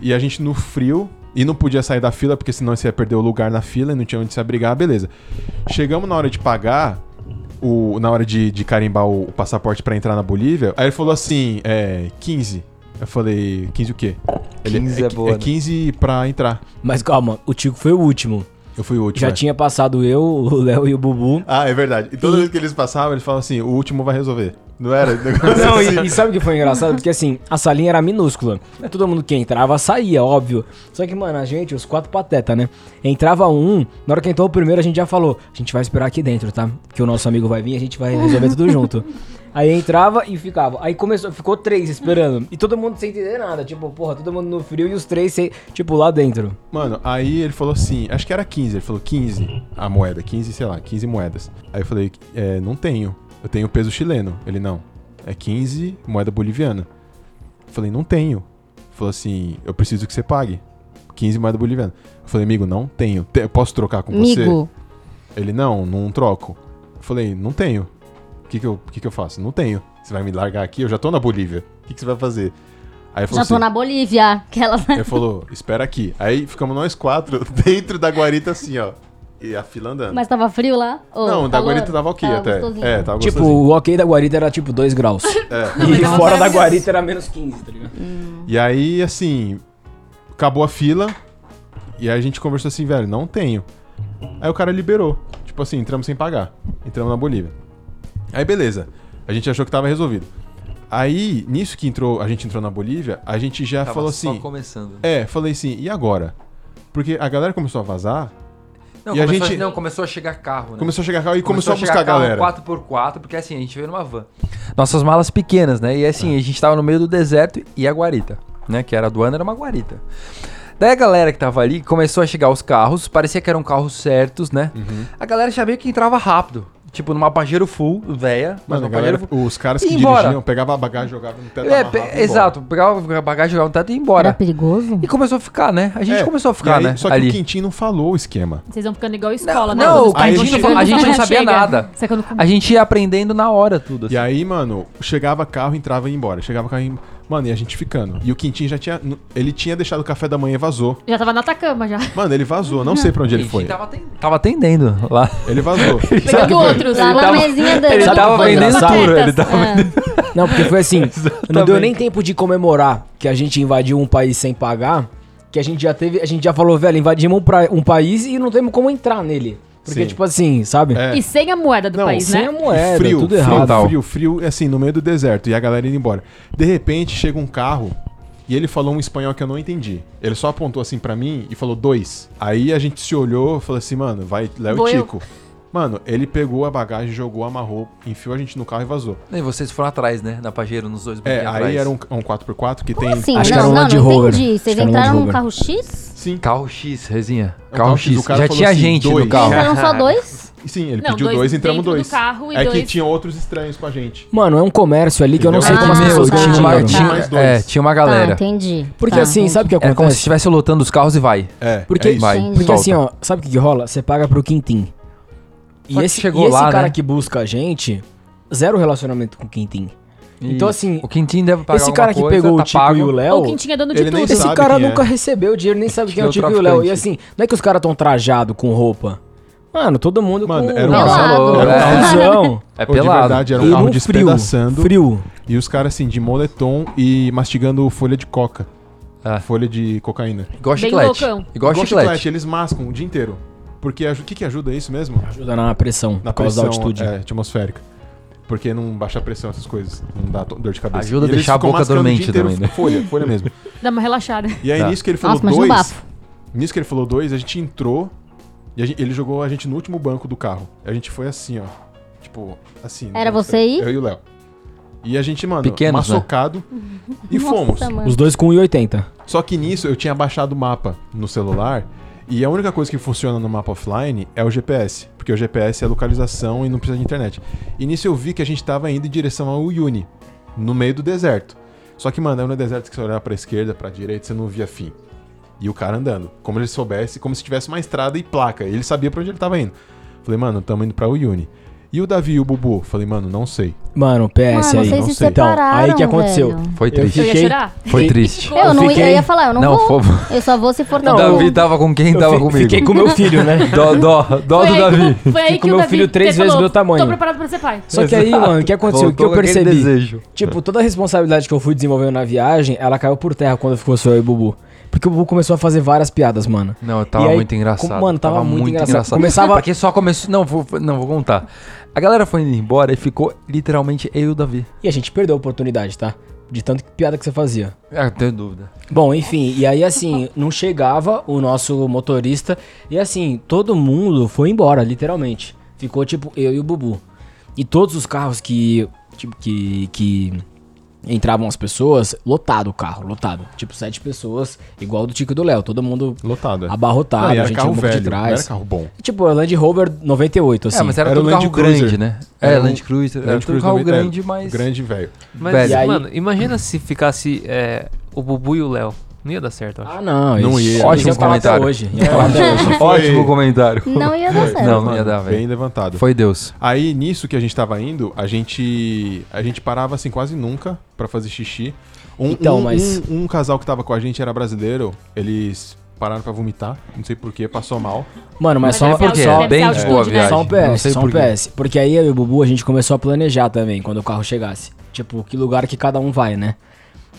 Speaker 2: e a gente no frio e não podia sair da fila porque senão você ia perder o lugar na fila e não tinha onde se abrigar, beleza. Chegamos na hora de pagar, o, na hora de, de carimbar o, o passaporte pra entrar na Bolívia, aí ele falou assim, é, 15. Eu falei, 15 o quê?
Speaker 6: 15 é
Speaker 2: qui-
Speaker 6: boa,
Speaker 2: É
Speaker 6: né?
Speaker 2: 15 pra entrar.
Speaker 5: Mas calma, o Tico foi o último.
Speaker 2: Eu fui o último.
Speaker 5: Já
Speaker 2: é.
Speaker 5: tinha passado eu, o Léo e o Bubu.
Speaker 2: Ah, é verdade. E toda vez que eles passavam, eles falavam assim, o último vai resolver. Não era? Negócio
Speaker 5: (laughs) Não,
Speaker 2: assim.
Speaker 5: e, e sabe o que foi engraçado? Porque assim, a salinha era minúscula. Né, Todo mundo que entrava saía, óbvio. Só que, mano, a gente, os quatro pateta, né? Entrava um, na hora que entrou o primeiro, a gente já falou: a gente vai esperar aqui dentro, tá? Que o nosso amigo vai vir, a gente vai resolver tudo junto. (laughs) Aí entrava e ficava. Aí começou, ficou três esperando. E todo mundo sem entender nada. Tipo, porra, todo mundo no frio e os três, sem- tipo, lá dentro.
Speaker 2: (laughs) Mano, aí ele falou assim, acho que era 15, ele falou 15 a moeda, 15, sei lá, 15 moedas. Aí eu falei, é, não tenho, eu tenho peso chileno. Ele, não, é 15 moeda boliviana. Eu falei, não tenho. Ele falou assim, eu preciso que você pague, 15 moeda boliviana. Eu falei, amigo, não tenho, Te- posso trocar com você?
Speaker 3: Amigo.
Speaker 2: Ele, não, não troco. Eu falei, não tenho. O que que eu, o que que eu faço? Não tenho. Você vai me largar aqui? Eu já tô na Bolívia. O que que você vai fazer? Aí ele falou
Speaker 3: Já tô
Speaker 2: assim,
Speaker 3: na Bolívia. Que ela... (laughs)
Speaker 2: ele falou, espera aqui. Aí ficamos nós quatro (laughs) dentro da guarita assim, ó. E a fila andando.
Speaker 3: Mas tava frio lá? Ou
Speaker 2: não, da
Speaker 3: calor?
Speaker 2: guarita tava ok até.
Speaker 3: gostosinho.
Speaker 2: É, tava
Speaker 5: Tipo,
Speaker 2: gostosinho.
Speaker 5: o ok da guarita era tipo 2 graus.
Speaker 4: tava
Speaker 5: E fora da
Speaker 4: maravilhoso.
Speaker 5: guarita era menos 15, tá ligado?
Speaker 2: E aí, assim, acabou a fila. E aí a gente conversou assim, velho, não tenho. Aí o cara liberou. Tipo assim, entramos sem pagar. Entramos na Bolívia. Aí beleza. A gente achou que tava resolvido. Aí, nisso que entrou, a gente entrou na Bolívia, a gente já
Speaker 6: Tava
Speaker 2: falou
Speaker 6: só
Speaker 2: assim.
Speaker 6: começando.
Speaker 2: É, falei assim, e agora? Porque a galera começou a vazar,
Speaker 6: Não,
Speaker 2: E a
Speaker 6: começou,
Speaker 2: gente-
Speaker 6: não, começou a chegar carro, né?
Speaker 2: começou a chegar carro e começou, a buscar a
Speaker 6: chegar
Speaker 2: galera.
Speaker 6: Carro 4x4, porque assim, a gente veio numa van. Nossas malas pequenas, né? E
Speaker 2: É.
Speaker 6: assim, a gente tava no meio do deserto e a guarita, né? Que era a aduana, era uma guarita. Daí a galera que tava ali começou a chegar os carros, parecia que eram carros certos, né?
Speaker 2: Uhum.
Speaker 6: A galera já meio que entrava rápido. Tipo, numa Pajero Full, véia. Mas
Speaker 2: Mano, a
Speaker 6: uma
Speaker 2: galera,
Speaker 6: Pajero Full.
Speaker 2: os caras que
Speaker 6: E embora.
Speaker 2: dirigiam, pegavam a bagagem, jogavam no teto
Speaker 6: É,
Speaker 2: amarrava e
Speaker 6: pe-
Speaker 2: ia embora.
Speaker 6: exato. Pegava a bagagem, jogava no teto e ia
Speaker 3: Era
Speaker 6: embora.
Speaker 3: perigoso?
Speaker 6: E começou a ficar, né? A gente
Speaker 2: É,
Speaker 6: começou a
Speaker 2: e
Speaker 6: ficar,
Speaker 2: aí-
Speaker 6: né?
Speaker 2: Só que o Quintin não falou o esquema.
Speaker 4: Vocês vão ficando igual escola, né?
Speaker 6: não,
Speaker 4: Quando os
Speaker 2: a
Speaker 4: pais
Speaker 2: gente
Speaker 4: vão
Speaker 2: não-
Speaker 4: chegando,
Speaker 2: a
Speaker 6: gente não
Speaker 4: já
Speaker 6: sabia
Speaker 4: chega.
Speaker 6: nada.
Speaker 4: Sai quando com-
Speaker 6: A gente ia aprendendo na hora tudo.
Speaker 2: E aí, mano, chegava carro, entrava e ia embora. Chegava carro e ia embora. Mano, e a gente ficando. E o Quintin já tinha. n- Ele tinha deixado o café da manhã e vazou.
Speaker 4: Já tava na Atacama, já.
Speaker 2: Mano, ele vazou. Não sei pra onde ele foi.
Speaker 6: Tava, aten- tava atendendo lá.
Speaker 2: Ele
Speaker 5: (laughs)
Speaker 2: vazou.
Speaker 4: Pegando outros.
Speaker 3: Lá na
Speaker 6: tava-
Speaker 3: mesinha
Speaker 6: Ele
Speaker 3: dele. é.
Speaker 5: Sabe o que
Speaker 6: tava
Speaker 5: foi
Speaker 6: vendendo
Speaker 5: engraçado?
Speaker 6: tudo, ele tava
Speaker 5: Não, porque foi
Speaker 2: (laughs)
Speaker 5: assim, não deu
Speaker 6: Exatamente.
Speaker 5: nem tempo de comemorar que a gente invadiu um país sem pagar, que a gente já teve, a gente já falou, velho, invadimos um, pra- um país e não temos como entrar nele. Porque,
Speaker 2: Sim.
Speaker 5: tipo assim, sabe?
Speaker 2: É.
Speaker 4: E sem a moeda do
Speaker 2: Não,
Speaker 4: país,
Speaker 5: Sem
Speaker 4: né?
Speaker 5: a moeda,
Speaker 2: frio,
Speaker 5: tudo
Speaker 2: frio,
Speaker 5: errado.
Speaker 2: frio, frio, e assim, no meio do deserto. E a galera indo embora. De repente, chega um carro e ele falou um espanhol que eu não entendi. Ele só apontou assim pra mim e falou dois. Aí a gente se olhou e falou assim, mano, vai, Léo
Speaker 4: Vou
Speaker 2: e
Speaker 4: eu.
Speaker 2: Tico. Mano, ele pegou a bagagem, jogou, amarrou, enfiou a gente no carro e vazou.
Speaker 6: E vocês foram atrás, né? Na Pajero, nos dois
Speaker 2: É, aí
Speaker 6: banquinhos atrás.
Speaker 2: era um, um 4x4 que tem.
Speaker 3: Assim,
Speaker 5: Acho que
Speaker 3: não,
Speaker 5: era um
Speaker 3: não,
Speaker 5: Land
Speaker 3: não
Speaker 5: Rover.
Speaker 3: entendi.
Speaker 5: Acho
Speaker 3: Vocês
Speaker 5: que era um
Speaker 3: entraram
Speaker 5: Land
Speaker 3: num
Speaker 5: Rover.
Speaker 3: carro X?
Speaker 2: Sim,
Speaker 6: Carro X, Resinha.
Speaker 2: É um
Speaker 6: Carro
Speaker 2: carro X, o
Speaker 6: X.
Speaker 2: cara
Speaker 6: Já
Speaker 2: falou
Speaker 6: tinha
Speaker 2: assim,
Speaker 6: gente
Speaker 2: dois.
Speaker 6: no
Speaker 3: Vocês
Speaker 6: carro.
Speaker 3: entraram
Speaker 5: (laughs)
Speaker 3: só dois?
Speaker 2: sim, ele
Speaker 4: Não,
Speaker 2: pediu
Speaker 4: dois
Speaker 2: dois, entramos
Speaker 4: dentro do
Speaker 2: dois.
Speaker 4: carro e
Speaker 2: é que
Speaker 4: dois-
Speaker 2: tinha outros estranhos com a gente.
Speaker 5: Mano, é um comércio ali que eu não sei
Speaker 3: Entendeu?
Speaker 5: como as
Speaker 3: Ah,
Speaker 5: pessoas
Speaker 3: tá.
Speaker 5: tinham
Speaker 3: Tinha-
Speaker 5: dinheiro.
Speaker 3: tinha-
Speaker 2: Mais dois.
Speaker 6: é, tinha uma
Speaker 3: Tá,
Speaker 5: Ah,
Speaker 6: galera.
Speaker 3: entendi.
Speaker 5: Porque
Speaker 3: Tá,
Speaker 5: assim,
Speaker 3: entendi.
Speaker 5: sabe o que
Speaker 6: Era É como se
Speaker 5: acontece?
Speaker 6: estivesse lotando os carros e vai.
Speaker 2: É,
Speaker 5: Porque-
Speaker 2: é isso.
Speaker 6: Vai,
Speaker 3: Entendi.
Speaker 5: Porque
Speaker 6: solta.
Speaker 5: assim, ó, sabe o que, que rola? Você paga pro Quintim. E
Speaker 6: Só que
Speaker 5: esse,
Speaker 6: chegou
Speaker 5: e esse
Speaker 6: lá,
Speaker 5: cara
Speaker 6: né?
Speaker 5: que busca a gente, zero relacionamento com o Quintim. Então,
Speaker 6: E
Speaker 5: assim,
Speaker 6: O Quintin deve pagar
Speaker 5: Esse cara que
Speaker 6: alguma coisa,
Speaker 5: pegou
Speaker 6: tá
Speaker 5: o Tico
Speaker 6: pago.
Speaker 5: e o Léo...
Speaker 4: Ou quem tinha dono de
Speaker 2: Ele nem
Speaker 4: tudo.
Speaker 2: sabe
Speaker 5: Esse cara
Speaker 2: quem é.
Speaker 5: nunca recebeu dinheiro, nem sabe quem é o
Speaker 6: Ele é
Speaker 5: Tico
Speaker 6: o
Speaker 5: e o Léo. E
Speaker 6: traficante.
Speaker 5: assim, não é que os caras tão trajado com roupa. Mano, todo mundo
Speaker 2: Mano,
Speaker 5: com...
Speaker 2: era um
Speaker 6: Não,
Speaker 3: Pelado.
Speaker 6: falou,
Speaker 5: Era um
Speaker 6: é,
Speaker 5: carrozão.
Speaker 6: é
Speaker 2: Pô, de
Speaker 6: pelado.
Speaker 2: verdade, era
Speaker 5: E
Speaker 2: um carro
Speaker 5: num
Speaker 2: despedaçando.
Speaker 5: Frio.
Speaker 2: E os caras, assim, de moletom e mastigando folha de coca.
Speaker 6: Ah.
Speaker 2: Folha de cocaína.
Speaker 6: Igual
Speaker 4: Bem
Speaker 6: chiclete.
Speaker 4: loucão.
Speaker 6: Igual chiclete.
Speaker 2: Eles mascam o dia inteiro. Porque aju- o que, que ajuda isso mesmo?
Speaker 5: Ajuda na pressão,
Speaker 2: Na
Speaker 5: por causa
Speaker 2: pressão
Speaker 5: da altitude.
Speaker 2: é, atmosférica. Porque não baixa a pressão, essas coisas. Não dá to- dor de cabeça.
Speaker 6: Ajuda a
Speaker 2: E eles
Speaker 6: deixar a
Speaker 2: ficam
Speaker 6: boca
Speaker 2: mascando o dia
Speaker 6: dormente
Speaker 2: inteiro,
Speaker 6: também, né?
Speaker 2: Folha, folha mesmo.
Speaker 4: Dá uma relaxada.
Speaker 2: E aí,
Speaker 6: Tá.
Speaker 2: nisso que ele falou
Speaker 3: Nossa, mas um
Speaker 2: dois.
Speaker 3: bafo.
Speaker 2: Nisso que ele falou dois, a gente entrou e a gente- ele jogou a gente no último banco do carro. A gente foi assim, ó. Tipo, assim.
Speaker 3: Era
Speaker 2: não
Speaker 3: você
Speaker 2: sei,
Speaker 3: e-
Speaker 2: Eu e o Léo. E a gente, mano,
Speaker 6: Pequenos, né?
Speaker 2: maçocado e
Speaker 3: Nossa,
Speaker 2: fomos.
Speaker 3: mano.
Speaker 5: Os dois com 1,80.
Speaker 2: Só que nisso eu tinha baixado o mapa no celular. E a única coisa que funciona no mapa offline é o GPS, porque o GPS é localização e não precisa de internet. E nisso eu vi que a gente tava indo em direção ao Uni, no meio do deserto. Só que, mano, era no deserto que você olhava pra esquerda, pra direita, você não via fim. E o cara andando, como ele soubesse, como se tivesse uma estrada e placa. Ele sabia pra onde ele tava indo. Falei, mano, tamo indo pra Uyuni. E o Davi e o Bubu? Falei, mano, não sei.
Speaker 5: Mano, PS
Speaker 3: Mano,
Speaker 5: aí.
Speaker 3: vocês
Speaker 2: não
Speaker 3: se
Speaker 2: sei.
Speaker 5: Então,
Speaker 3: separaram,
Speaker 5: aí que aconteceu.
Speaker 3: velho.
Speaker 6: Foi
Speaker 5: Eu
Speaker 6: triste.
Speaker 4: Eu ia
Speaker 5: Fiquei-
Speaker 4: chorar?
Speaker 6: Foi triste.
Speaker 3: Eu, não ia, eu
Speaker 5: fiquei-
Speaker 3: ia falar, eu não,
Speaker 6: Não,
Speaker 3: vou.
Speaker 6: fofo.
Speaker 3: Eu só vou se for
Speaker 5: Não,
Speaker 3: todo mundo.
Speaker 6: Davi tava com quem tava
Speaker 5: Eu fi-
Speaker 6: comigo.
Speaker 5: Fiquei com meu filho, né?
Speaker 6: Dó, dó, dó do
Speaker 4: aí que o-
Speaker 6: Davi.
Speaker 4: foi aí
Speaker 5: Que
Speaker 4: que o
Speaker 5: comeu
Speaker 4: Davi
Speaker 5: filho três
Speaker 4: falou,
Speaker 5: vezes meu tamanho.
Speaker 4: Tô preparado pra ser pai.
Speaker 5: Só que aí, mano, o que aconteceu? O que
Speaker 6: Voltou
Speaker 5: eu
Speaker 6: com aquele
Speaker 5: percebi?
Speaker 6: desejo.
Speaker 5: Tipo, toda a responsabilidade que eu fui desenvolvendo na viagem, ela caiu por terra quando ficou só eu e o Bubu. Porque o Bubu começou a fazer várias piadas, mano.
Speaker 6: Não, eu tava
Speaker 5: E aí,
Speaker 6: muito engraçado.
Speaker 5: com- mano, tava muito engraçado. Começava-
Speaker 6: Começava... Porque só começou... Não, vou, não, vou contar. A galera foi indo embora e ficou literalmente eu e o Davi.
Speaker 5: E a gente perdeu a oportunidade, tá? De tanto que piada que você fazia.
Speaker 2: É,
Speaker 6: Ah, tenho dúvida.
Speaker 5: Bom, enfim, e aí assim, não chegava o nosso motorista e assim, todo mundo foi embora, literalmente. Ficou tipo eu e o Bubu. E todos os carros que tipo que que entravam as pessoas, lotado o carro, lotado. Tipo sete pessoas, igual do Tico e do Léo, todo mundo
Speaker 2: Lotado. é.
Speaker 5: abarrotado,
Speaker 2: Não, e
Speaker 5: a
Speaker 2: era
Speaker 5: gente
Speaker 2: carro
Speaker 5: no banco
Speaker 2: velho,
Speaker 5: de
Speaker 2: não era
Speaker 5: trás.
Speaker 2: carro bom.
Speaker 5: Tipo, Land Rover 98, assim.
Speaker 6: é, mas era,
Speaker 2: era
Speaker 6: todo
Speaker 2: o Land
Speaker 6: carro
Speaker 2: Cruiser.
Speaker 6: grande, né?
Speaker 2: Era
Speaker 6: É,
Speaker 2: um-
Speaker 6: Land Cruiser. Era
Speaker 2: Land
Speaker 6: todo
Speaker 2: Cruiser
Speaker 6: carro
Speaker 2: 90,
Speaker 6: grande, mas...
Speaker 2: Grande, velho.
Speaker 7: Mas,
Speaker 6: Velho.
Speaker 5: E aí-
Speaker 7: mano, imagina se ficasse é, o Bubu e o Léo. Não ia dar certo, eu acho.
Speaker 5: Ah, não,
Speaker 2: Não
Speaker 5: isso-
Speaker 2: ia.
Speaker 5: isso
Speaker 6: Ótimo
Speaker 5: ia falar até
Speaker 6: comentário.
Speaker 5: Hoje, ia falar até hoje.
Speaker 6: Ótimo comentário.
Speaker 3: Não é ia dar certo.
Speaker 6: Não, não ia dar,
Speaker 2: Bem
Speaker 6: velho.
Speaker 2: levantado.
Speaker 6: Foi Deus.
Speaker 2: Aí nisso que a gente tava indo, a gente a gente parava assim quase nunca pra fazer xixi. Um,
Speaker 5: Então,
Speaker 2: um-
Speaker 5: mas-
Speaker 2: um, um casal que tava com a gente era brasileiro, eles pararam pra vomitar, não sei porquê, passou mal.
Speaker 5: Mano, mas,
Speaker 4: Mas
Speaker 5: só
Speaker 4: era
Speaker 5: uma
Speaker 4: Por
Speaker 6: Por
Speaker 4: quê?
Speaker 6: quê?
Speaker 4: Deve ser
Speaker 6: Bem de
Speaker 4: altitude,
Speaker 6: boa a
Speaker 4: né?
Speaker 6: viagem.
Speaker 5: Só um
Speaker 6: Não
Speaker 5: PS,
Speaker 6: sei
Speaker 5: só um
Speaker 6: por quê.
Speaker 5: PS. Porque aí eu e o Bubu a gente começou a planejar também quando o carro chegasse. Tipo, que lugar que cada um vai, né?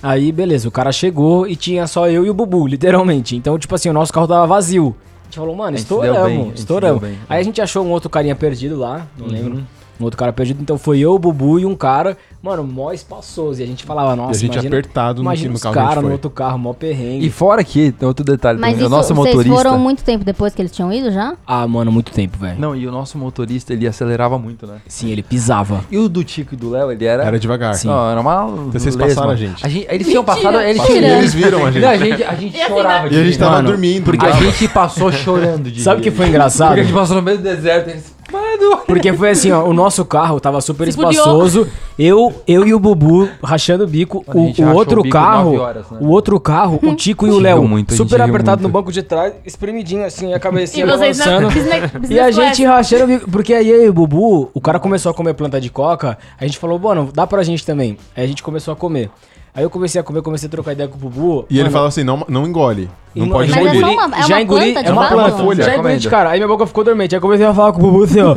Speaker 5: Aí, beleza, o cara chegou e tinha só eu e o Bubu, literalmente. Então, tipo assim, o nosso carro tava vazio. A gente falou, mano,
Speaker 6: A gente se deu bem, a
Speaker 5: estouramos,
Speaker 6: gente se
Speaker 5: estouramos.
Speaker 6: deu bem. Uhum.
Speaker 5: Aí a gente achou um outro carinha perdido lá, não lembro. Um outro cara perdido, então foi eu, o Bubu e um cara, mano, mó espaçoso. E a gente falava, nossa,
Speaker 2: e a gente
Speaker 5: imagina,
Speaker 2: apertado no,
Speaker 5: imagina
Speaker 2: no
Speaker 5: os
Speaker 2: carro que a gente
Speaker 5: caras no
Speaker 2: foi.
Speaker 5: outro carro, mó perrengue.
Speaker 6: E fora que, tem outro detalhe
Speaker 3: Mas
Speaker 6: também,
Speaker 3: isso,
Speaker 6: o nosso
Speaker 3: vocês
Speaker 6: motorista...
Speaker 3: foram muito tempo depois que eles tinham ido já?
Speaker 5: Ah, mano, muito tempo, velho.
Speaker 6: Não, e o nosso motorista, ele acelerava muito, né?
Speaker 5: Sim, ele pisava.
Speaker 6: E o do Tico e do Léo, ele era...
Speaker 2: Era devagar.
Speaker 5: Sim.
Speaker 6: Não, era uma...
Speaker 2: Vocês
Speaker 6: lesma.
Speaker 2: passaram a gente.
Speaker 6: Eles
Speaker 4: Mentira,
Speaker 6: tinham passado... Eles,
Speaker 2: Passou-
Speaker 6: tinham-
Speaker 2: Eles viram a
Speaker 6: Não,
Speaker 2: gente.
Speaker 6: a gente, a gente
Speaker 4: E assim, né? a
Speaker 6: chorava
Speaker 2: E
Speaker 6: de
Speaker 2: a gente
Speaker 6: rir.
Speaker 2: tava
Speaker 5: Mano,
Speaker 2: dormindo.
Speaker 6: Porque a
Speaker 2: tava.
Speaker 6: gente passou chorando de
Speaker 5: Sabe o
Speaker 6: rir.
Speaker 5: que foi engraçado?
Speaker 6: Porque (laughs) a gente passou no meio do deserto. Eles... Mano!
Speaker 5: Porque foi assim, ó, o nosso carro tava super
Speaker 4: Se fudiou.
Speaker 5: espaçoso. Eu, eu e o Bubu rachando o bico,
Speaker 6: A
Speaker 5: o,
Speaker 6: gente
Speaker 5: o
Speaker 6: rachou
Speaker 5: outro
Speaker 6: o bico
Speaker 5: carro,
Speaker 6: nove horas, né?
Speaker 5: o outro carro, o Tico e
Speaker 6: A
Speaker 5: o
Speaker 6: gente
Speaker 5: Léo,
Speaker 6: riu muito, a gente
Speaker 5: super
Speaker 6: riu
Speaker 5: apertado
Speaker 6: muito.
Speaker 5: no banco de trás, espremidinho assim, a
Speaker 4: E
Speaker 5: cabecinha
Speaker 4: vocês na
Speaker 5: balançando.
Speaker 4: business, business
Speaker 5: E a gente
Speaker 4: class.
Speaker 5: rachando o bico, porque aí eu e o Bubu, o cara começou a comer planta de coca, a gente falou, mano, dá pra gente também. Aí a gente começou a comer. Aí eu comecei a comer, comecei a trocar ideia com o Bubu.
Speaker 2: E ele
Speaker 5: mano,
Speaker 2: falava assim, não, não engole. Não
Speaker 5: e
Speaker 2: pode
Speaker 5: já
Speaker 3: Mas é
Speaker 2: engolir.
Speaker 3: só uma- é
Speaker 5: já
Speaker 3: uma
Speaker 5: engoli,
Speaker 3: planta de
Speaker 5: é uma
Speaker 3: fato?
Speaker 5: planta.
Speaker 2: Folha,
Speaker 5: já engoli
Speaker 6: comendo.
Speaker 5: de cara. Aí minha boca ficou dormente. Aí eu comecei a falar com o Bubu assim, ó.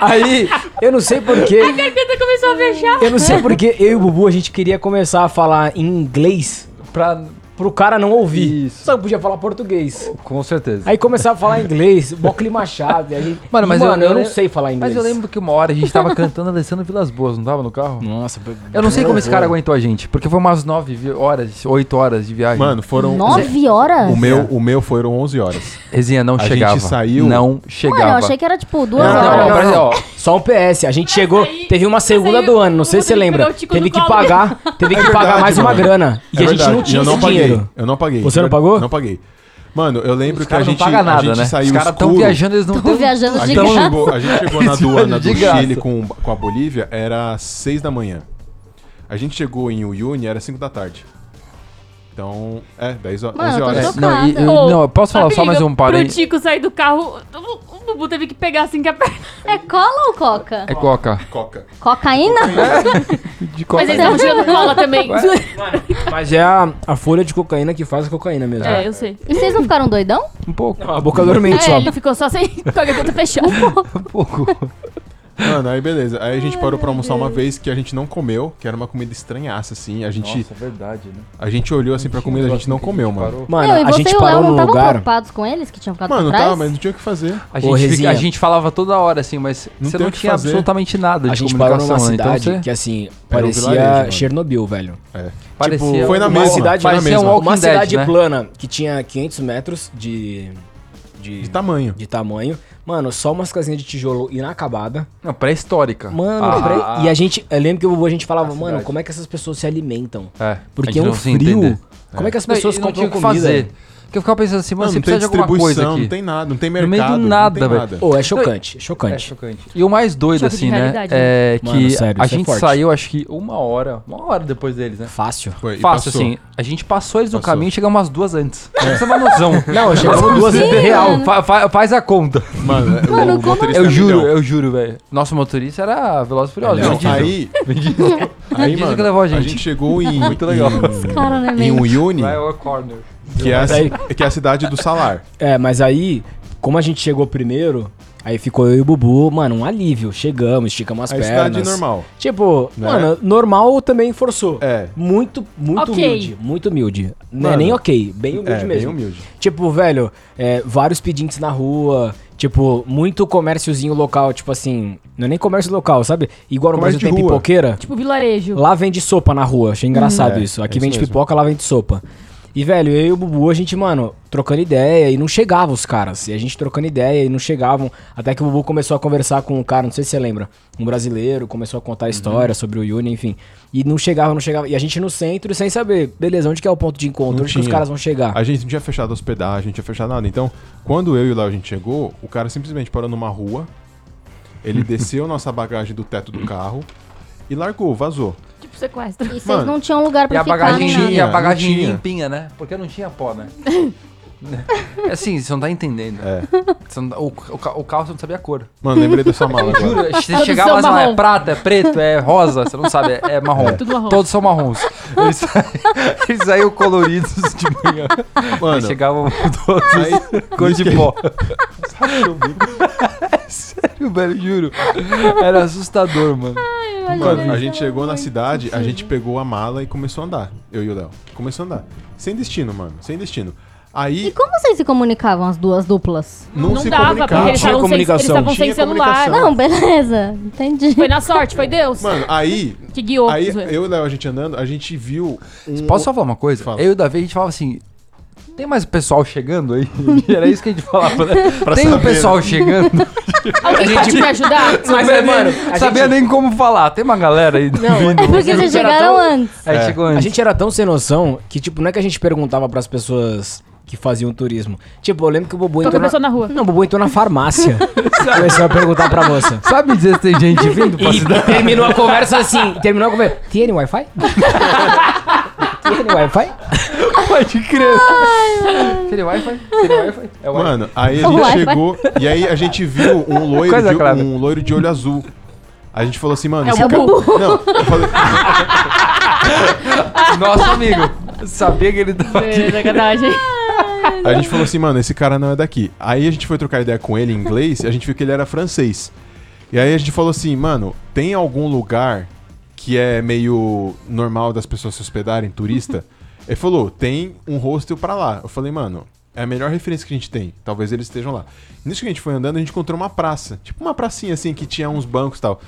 Speaker 5: aí, eu não sei
Speaker 4: A
Speaker 5: porquê.
Speaker 4: garganta começou a fechar.
Speaker 5: Eu não sei porquê. Eu e o Bubu, a gente queria começar a falar em inglês
Speaker 6: Pra...
Speaker 5: pro cara não ouvir.
Speaker 6: Isso.
Speaker 5: Só que podia falar português.
Speaker 6: Com certeza.
Speaker 5: Aí começar a falar inglês, mó clima chave. Aí,
Speaker 6: Mano, mas eu-
Speaker 5: eu,
Speaker 6: eu
Speaker 5: não
Speaker 6: lem-
Speaker 5: sei falar inglês.
Speaker 6: Mas eu lembro que uma hora a gente tava cantando Alessandro Vilas Boas, não tava no carro?
Speaker 5: Nossa,
Speaker 6: Eu não sei como esse cara aguentou a gente, porque foi umas 9 vi- horas, 8 horas de viagem.
Speaker 2: Mano, foram...
Speaker 5: é-
Speaker 3: Nove horas?
Speaker 2: O meu, o meu foram 11 horas.
Speaker 6: Resenha não
Speaker 2: a
Speaker 6: chegava.
Speaker 2: gente saiu-
Speaker 6: Não chegava.
Speaker 3: Mano, eu achei que era tipo duas
Speaker 6: Não, não,
Speaker 3: horas.
Speaker 6: não, parece- ó,
Speaker 5: Só um PS, a gente chegou,
Speaker 4: aí-
Speaker 5: teve uma
Speaker 4: mas
Speaker 5: segunda
Speaker 4: aí
Speaker 5: do ano, não
Speaker 4: o
Speaker 5: sei se você
Speaker 4: Rodrigo
Speaker 5: lembra.
Speaker 4: pegou o Tico
Speaker 5: Teve
Speaker 4: no
Speaker 5: que
Speaker 4: colo.
Speaker 5: pagar, teve que pagar
Speaker 2: É verdade,
Speaker 5: mais uma
Speaker 2: mano.
Speaker 5: grana. E
Speaker 2: É
Speaker 5: a gente
Speaker 2: verdade.
Speaker 5: não tinha
Speaker 2: eu não
Speaker 5: esse
Speaker 2: paguei.
Speaker 5: dinheiro.
Speaker 2: Eu não paguei.
Speaker 5: Você não pagou?
Speaker 2: Não paguei. Mano, eu lembro
Speaker 6: os
Speaker 2: que a
Speaker 6: caras não
Speaker 2: gente,
Speaker 6: pagam
Speaker 2: a
Speaker 6: nada,
Speaker 2: gente
Speaker 6: né? Os
Speaker 2: saiu
Speaker 6: caras tão
Speaker 2: escuro. é um
Speaker 6: viajando, eles não
Speaker 3: Tão viajando
Speaker 2: A
Speaker 3: de
Speaker 2: gente, tá
Speaker 3: graça.
Speaker 2: chegou, a gente
Speaker 6: (laughs)
Speaker 2: chegou na
Speaker 6: Esse
Speaker 2: aduana
Speaker 6: ano de
Speaker 2: do
Speaker 6: graça.
Speaker 2: Chile com, com a Bolívia, era 6 da manhã. A gente chegou em Uyuni, era 5 da tarde. Então, é, 10 horas,
Speaker 3: Mano,
Speaker 2: 11
Speaker 3: eu tô
Speaker 2: horas.
Speaker 3: chocada.
Speaker 6: Não, e- e-
Speaker 4: Ô,
Speaker 6: não, eu posso falar só
Speaker 4: amiga,
Speaker 6: mais um paro aí?
Speaker 4: Pro Tico sair do carro, o- o Bubu teve que pegar assim que a perna.
Speaker 3: É cola ou coca?
Speaker 6: É coca.
Speaker 2: Coca.
Speaker 3: Cocaína?
Speaker 6: De coca.
Speaker 4: Mas eles estavam tirando cola também.
Speaker 5: Mas é a, a folha de cocaína que faz a cocaína mesmo.
Speaker 4: É, eu sei.
Speaker 3: E vocês não ficaram doidão?
Speaker 6: Um pouco,
Speaker 5: A boca dormente
Speaker 4: É,
Speaker 5: só.
Speaker 4: ele ficou só
Speaker 3: (laughs)
Speaker 4: sem com a garganta fechada.
Speaker 6: um pouco.
Speaker 2: Mano, aí beleza. Aí a gente parou pra almoçar uma vez que a gente não comeu, que era uma comida estranhaça, assim. A gente,
Speaker 6: verdade, né?
Speaker 2: a gente olhou assim pra comida, a gente não comeu, mano.
Speaker 5: Mano,
Speaker 3: não, e
Speaker 5: a
Speaker 3: você
Speaker 5: gente
Speaker 3: e o Léo
Speaker 5: parou
Speaker 3: não
Speaker 5: num
Speaker 3: estavam
Speaker 5: lugar.
Speaker 3: preocupados com eles que tinham ficado
Speaker 2: Mano,
Speaker 3: pra trás?
Speaker 2: tá, mas não tinha o que fazer.
Speaker 6: A
Speaker 5: Ô,
Speaker 6: gente, fica-
Speaker 5: Rezinha.
Speaker 6: a gente falava toda hora, assim, mas
Speaker 2: Não
Speaker 6: você
Speaker 2: tem
Speaker 6: não
Speaker 2: o que
Speaker 6: tinha
Speaker 2: fazer.
Speaker 6: absolutamente nada de
Speaker 5: A gente parou
Speaker 6: comunicação.
Speaker 5: numa
Speaker 6: então
Speaker 5: cidade
Speaker 6: você
Speaker 5: que tipo, assim,
Speaker 2: vilarejo, mano.
Speaker 5: parecia Chernobyl, velho.
Speaker 2: É.
Speaker 6: parecia...
Speaker 2: foi na
Speaker 6: uma-
Speaker 2: mesma,
Speaker 5: cidade-
Speaker 2: foi na
Speaker 6: parecia um
Speaker 4: né?
Speaker 2: mesma.
Speaker 6: Walking
Speaker 5: Uma
Speaker 6: Dead,
Speaker 5: cidade
Speaker 6: né?
Speaker 5: plana que tinha 500 metros de de,
Speaker 2: De tamanho.
Speaker 5: de tamanho. Mano, só umas casinhas de tijolo inacabada.
Speaker 6: Não, pré-histórica.
Speaker 5: Mano,
Speaker 6: Ah,
Speaker 5: pra- e a gente. Eu lembro que o Bubu a gente falava,
Speaker 6: a
Speaker 5: mano,
Speaker 6: cidade.
Speaker 5: como é que essas pessoas se alimentam?
Speaker 6: É, a
Speaker 5: Porque
Speaker 6: gente
Speaker 5: é um
Speaker 6: não se
Speaker 5: frio.
Speaker 6: entender.
Speaker 5: Como é que as
Speaker 6: Não, e
Speaker 5: pessoas
Speaker 6: não tinha
Speaker 5: compram
Speaker 6: o que
Speaker 5: comida?
Speaker 6: fazer. Porque eu ficava pensando assim, mano,
Speaker 2: não,
Speaker 6: você
Speaker 2: não tem
Speaker 6: precisa de alguma coisa
Speaker 2: distribuição,
Speaker 6: aqui.
Speaker 2: não tem nada, não tem
Speaker 6: meio do
Speaker 2: mercado.
Speaker 6: nada,
Speaker 2: não tem
Speaker 6: velho.
Speaker 2: nada.
Speaker 5: Ou é chocante, é chocante.
Speaker 6: E o mais doido,
Speaker 4: Choque de
Speaker 6: assim, né?
Speaker 4: realidade,
Speaker 6: É que
Speaker 5: Mano, sério,
Speaker 6: a
Speaker 5: isso é
Speaker 6: gente
Speaker 5: forte.
Speaker 6: saiu, acho que uma hora, uma hora depois deles, né?
Speaker 5: Fácil.
Speaker 2: Foi, e
Speaker 6: Fácil,
Speaker 2: passou.
Speaker 6: assim. A gente passou eles no
Speaker 2: Passou.
Speaker 6: caminho e chegamos umas duas antes. Essa é uma noção.
Speaker 5: Não, chegamos duas
Speaker 6: É Real,
Speaker 3: mano.
Speaker 6: fa- fa- faz a conta.
Speaker 2: Mano,
Speaker 6: (laughs)
Speaker 2: é-
Speaker 3: Mano,
Speaker 2: o
Speaker 3: como-
Speaker 2: motorista
Speaker 6: assim? Eu
Speaker 2: é
Speaker 6: juro,
Speaker 2: milhão.
Speaker 6: eu juro, velho. Nosso motorista era Veloz e Furioso.
Speaker 2: Não,
Speaker 6: né?
Speaker 2: (laughs) aí, aí
Speaker 6: Dizem
Speaker 2: mano,
Speaker 6: que levou a gente.
Speaker 2: chegou
Speaker 6: (laughs)
Speaker 2: em, Muito
Speaker 6: legal.
Speaker 3: Cara,
Speaker 2: em,
Speaker 3: né,
Speaker 2: em
Speaker 3: velho?
Speaker 2: Uyuni,
Speaker 6: é Vai Tá. ao corner.
Speaker 2: que é, a,
Speaker 5: Mas aí-
Speaker 2: que é a cidade do Salar.
Speaker 5: É, mas aí, como a gente chegou primeiro, aí ficou eu e o Bubu, mano, um alívio. Chegamos, esticamos as
Speaker 2: A
Speaker 5: pernas.
Speaker 2: cidade normal.
Speaker 5: Tipo,
Speaker 2: Né?
Speaker 5: mano, normal também forçou.
Speaker 2: É.
Speaker 5: Muito, muito
Speaker 4: Ok.
Speaker 5: humilde. Muito humilde. Não é
Speaker 2: Mano,
Speaker 5: nem ok, bem humilde
Speaker 2: é, bem
Speaker 5: mesmo.
Speaker 2: humilde.
Speaker 5: Tipo, velho, é, vários pedintes na rua. Tipo, muito comérciozinho local, tipo assim. Não é nem comércio local, sabe? Igual no
Speaker 2: Comércio
Speaker 5: Brasil
Speaker 2: de
Speaker 5: tem
Speaker 2: rua.
Speaker 5: pipoqueira.
Speaker 4: Tipo vilarejo.
Speaker 5: Lá vende sopa na rua. Achei engraçado
Speaker 2: É,
Speaker 5: isso.
Speaker 2: é
Speaker 5: Aqui
Speaker 2: isso
Speaker 5: vende
Speaker 2: mesmo.
Speaker 5: pipoca, lá vende sopa. E, velho, eu e o Bubu, a gente, mano, trocando ideia e não chegava os caras. E a gente trocando ideia e não chegavam. Até que o Bubu começou a conversar com um cara, não sei se você lembra, um brasileiro, começou a
Speaker 2: Uhum.
Speaker 5: contar a história sobre o Yuni, enfim. E não chegava, não chegava. E a gente no centro, sem saber, beleza, onde que é o ponto de encontro?
Speaker 2: Não
Speaker 5: onde que os
Speaker 2: tinha.
Speaker 5: caras vão chegar?
Speaker 2: A gente não tinha fechado a hospedagem, não tinha fechado nada. Então, quando eu e o Léo a gente chegou, o cara simplesmente parou numa rua,
Speaker 6: (laughs)
Speaker 2: ele desceu nossa bagagem do teto do carro e largou, vazou.
Speaker 4: Tipo sequestro.
Speaker 3: E vocês
Speaker 2: Mano,
Speaker 3: não tinham lugar
Speaker 6: E
Speaker 3: pra
Speaker 6: a
Speaker 3: ficar,
Speaker 6: bagagem,
Speaker 3: nem nada.
Speaker 6: e
Speaker 2: Tinha,
Speaker 6: a
Speaker 2: não
Speaker 6: bagagem
Speaker 2: tinha.
Speaker 6: limpinha, né? Porque não tinha
Speaker 4: (laughs)
Speaker 6: pó, né? assim, você não tá entendendo.
Speaker 2: É.
Speaker 6: Você não tá- o, o, ca- o carro você não sabia a cor.
Speaker 2: Mano, lembrei dessa mala
Speaker 6: (laughs)
Speaker 2: agora.
Speaker 6: Juro,
Speaker 4: (laughs)
Speaker 6: você
Speaker 4: Todos
Speaker 6: chegava
Speaker 4: são
Speaker 6: lá, sei lá, é
Speaker 4: marrom.
Speaker 6: prata, é preto, é rosa, você não sabe, é, é marrom.
Speaker 4: Tudo marrom.
Speaker 6: Todos são marrons. Eles, (laughs) eles saíam coloridos de manhã. Aí
Speaker 2: Mano, (laughs) é
Speaker 6: chegavam todos
Speaker 2: aí,
Speaker 6: cor de pó. (laughs) É Sério, velho, juro. Era assustador, mano.
Speaker 2: mano, a gente chegou na cidade, a gente pegou a mala e começou a andar. Eu e o Léo. Começou a andar. Sem destino, mano. Sem destino. Aí
Speaker 3: E como vocês se comunicavam, as duas duplas?
Speaker 2: não,
Speaker 4: não
Speaker 2: se
Speaker 4: dava, porque
Speaker 2: comunicava.
Speaker 4: eles
Speaker 5: tinha
Speaker 4: estavam sem, eles
Speaker 5: comunicação.
Speaker 4: estavam sem
Speaker 2: Tinha
Speaker 4: celular.
Speaker 2: comunicação.
Speaker 3: Não, beleza. Entendi.
Speaker 4: Foi na sorte, foi Deus
Speaker 2: Mano, aí.
Speaker 4: que guiou.
Speaker 2: Aí
Speaker 4: zoeira.
Speaker 2: eu e o Léo, a gente andando, a gente viu. um-
Speaker 6: Posso só falar uma coisa?
Speaker 2: Fala.
Speaker 6: Eu e o Davi, a gente falava assim. Tem mais pessoal chegando aí? (laughs) Era isso que a gente falava, né? Tem um
Speaker 2: saber,
Speaker 6: pessoal chegando.
Speaker 4: Alguém pode me ajudar?
Speaker 5: Mas,
Speaker 6: Sabia
Speaker 5: mano,
Speaker 6: nem-
Speaker 5: a
Speaker 6: sabia
Speaker 5: gente-
Speaker 6: nem como falar. Tem uma galera aí
Speaker 3: (laughs)
Speaker 6: vindo.
Speaker 3: É porque vocês chegaram antes.
Speaker 6: Aí chegou antes.
Speaker 5: A gente era tão sem noção que, tipo, não é que a gente perguntava pras pessoas que faziam turismo. Tipo, eu lembro que o Bubu
Speaker 4: Qualquer pessoa na rua.
Speaker 5: Não, o Bubu entrou
Speaker 4: (laughs)
Speaker 5: na farmácia. Começou a perguntar pra moça.
Speaker 6: Sabe me dizer se tem gente vindo pra
Speaker 5: (laughs) E
Speaker 6: cidade?
Speaker 5: terminou a conversa assim. Terminou a conversa. Tiene Wi-Fi? Tiene Wi-Fi?
Speaker 6: Pode crer. Seria Wi-Fi? Seria Wi-Fi? É Wi-Fi.
Speaker 2: Mano, aí
Speaker 4: (laughs)
Speaker 2: a
Speaker 3: O
Speaker 2: gente
Speaker 3: Wi-Fi.
Speaker 2: chegou e aí a gente viu um loiro,
Speaker 6: Coisa
Speaker 2: de,
Speaker 6: clara.
Speaker 2: um loiro de olho azul. A gente falou assim, mano,
Speaker 4: É
Speaker 2: esse
Speaker 4: o
Speaker 2: cara-
Speaker 4: Bubu.
Speaker 2: Não, eu
Speaker 4: (laughs)
Speaker 2: falei,
Speaker 6: Nosso amigo. Sabia que ele tava (laughs) aqui.
Speaker 4: Sacanagem.
Speaker 2: a gente falou assim, mano, esse cara não é daqui. Aí a gente foi trocar ideia com ele em inglês e a gente viu que ele era francês. E aí a gente falou assim, mano, tem algum lugar que é meio normal das pessoas se hospedarem,
Speaker 4: (laughs)
Speaker 2: turista? Ele falou, tem um hostel pra lá. Eu falei, mano, é a melhor referência que a gente tem. Talvez eles estejam lá. Nisso que a gente foi andando, a gente encontrou uma praça. Tipo uma pracinha assim, que tinha uns bancos e
Speaker 4: (laughs)
Speaker 2: tal.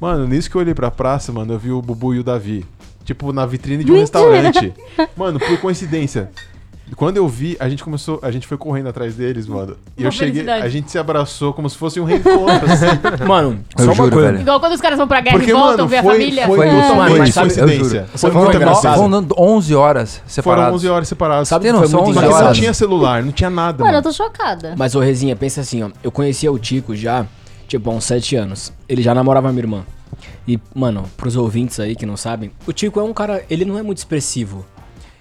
Speaker 2: Mano, nisso que eu olhei pra praça, mano, eu vi o Bubu e o Davi. Tipo, na vitrine de um restaurante. Mano, por coincidência. Quando eu vi, a gente começou, a gente foi correndo atrás deles, mano. E
Speaker 4: Uma
Speaker 2: eu cheguei,
Speaker 4: felicidade.
Speaker 2: a gente se abraçou como se fosse um
Speaker 4: (laughs)
Speaker 2: reencontro, assim.
Speaker 5: Mano, só
Speaker 6: Eu
Speaker 5: uma
Speaker 6: juro,
Speaker 5: coisa.
Speaker 6: velho.
Speaker 4: Igual quando os caras vão pra guerra
Speaker 2: Porque,
Speaker 4: e voltam,
Speaker 2: mano,
Speaker 4: ver a
Speaker 2: foi-
Speaker 4: família.
Speaker 2: foi-
Speaker 4: É.
Speaker 5: Mano,
Speaker 2: Totalmente
Speaker 5: mas sabe-
Speaker 2: coincidência.
Speaker 6: Eu juro.
Speaker 2: Foi
Speaker 6: Foram
Speaker 2: muita
Speaker 6: no-
Speaker 2: coincidência.
Speaker 6: foram andando 11 horas separados.
Speaker 2: Foram 11 horas separadas.
Speaker 5: Sabe
Speaker 6: Tem
Speaker 5: o que
Speaker 6: noção,
Speaker 5: foi muito
Speaker 2: Mas
Speaker 6: 11
Speaker 5: engraçado?
Speaker 2: não
Speaker 6: horas.
Speaker 2: tinha celular, não tinha nada.
Speaker 3: Mano,
Speaker 2: mano.
Speaker 3: eu tô chocada.
Speaker 5: Mas, ô Rezinha, pensa assim, ó. Eu conhecia o Tico já, tipo, há uns 7 anos. Ele já namorava minha irmã. E, mano, pros ouvintes aí que não sabem, o Tico é um cara, ele não é muito expressivo.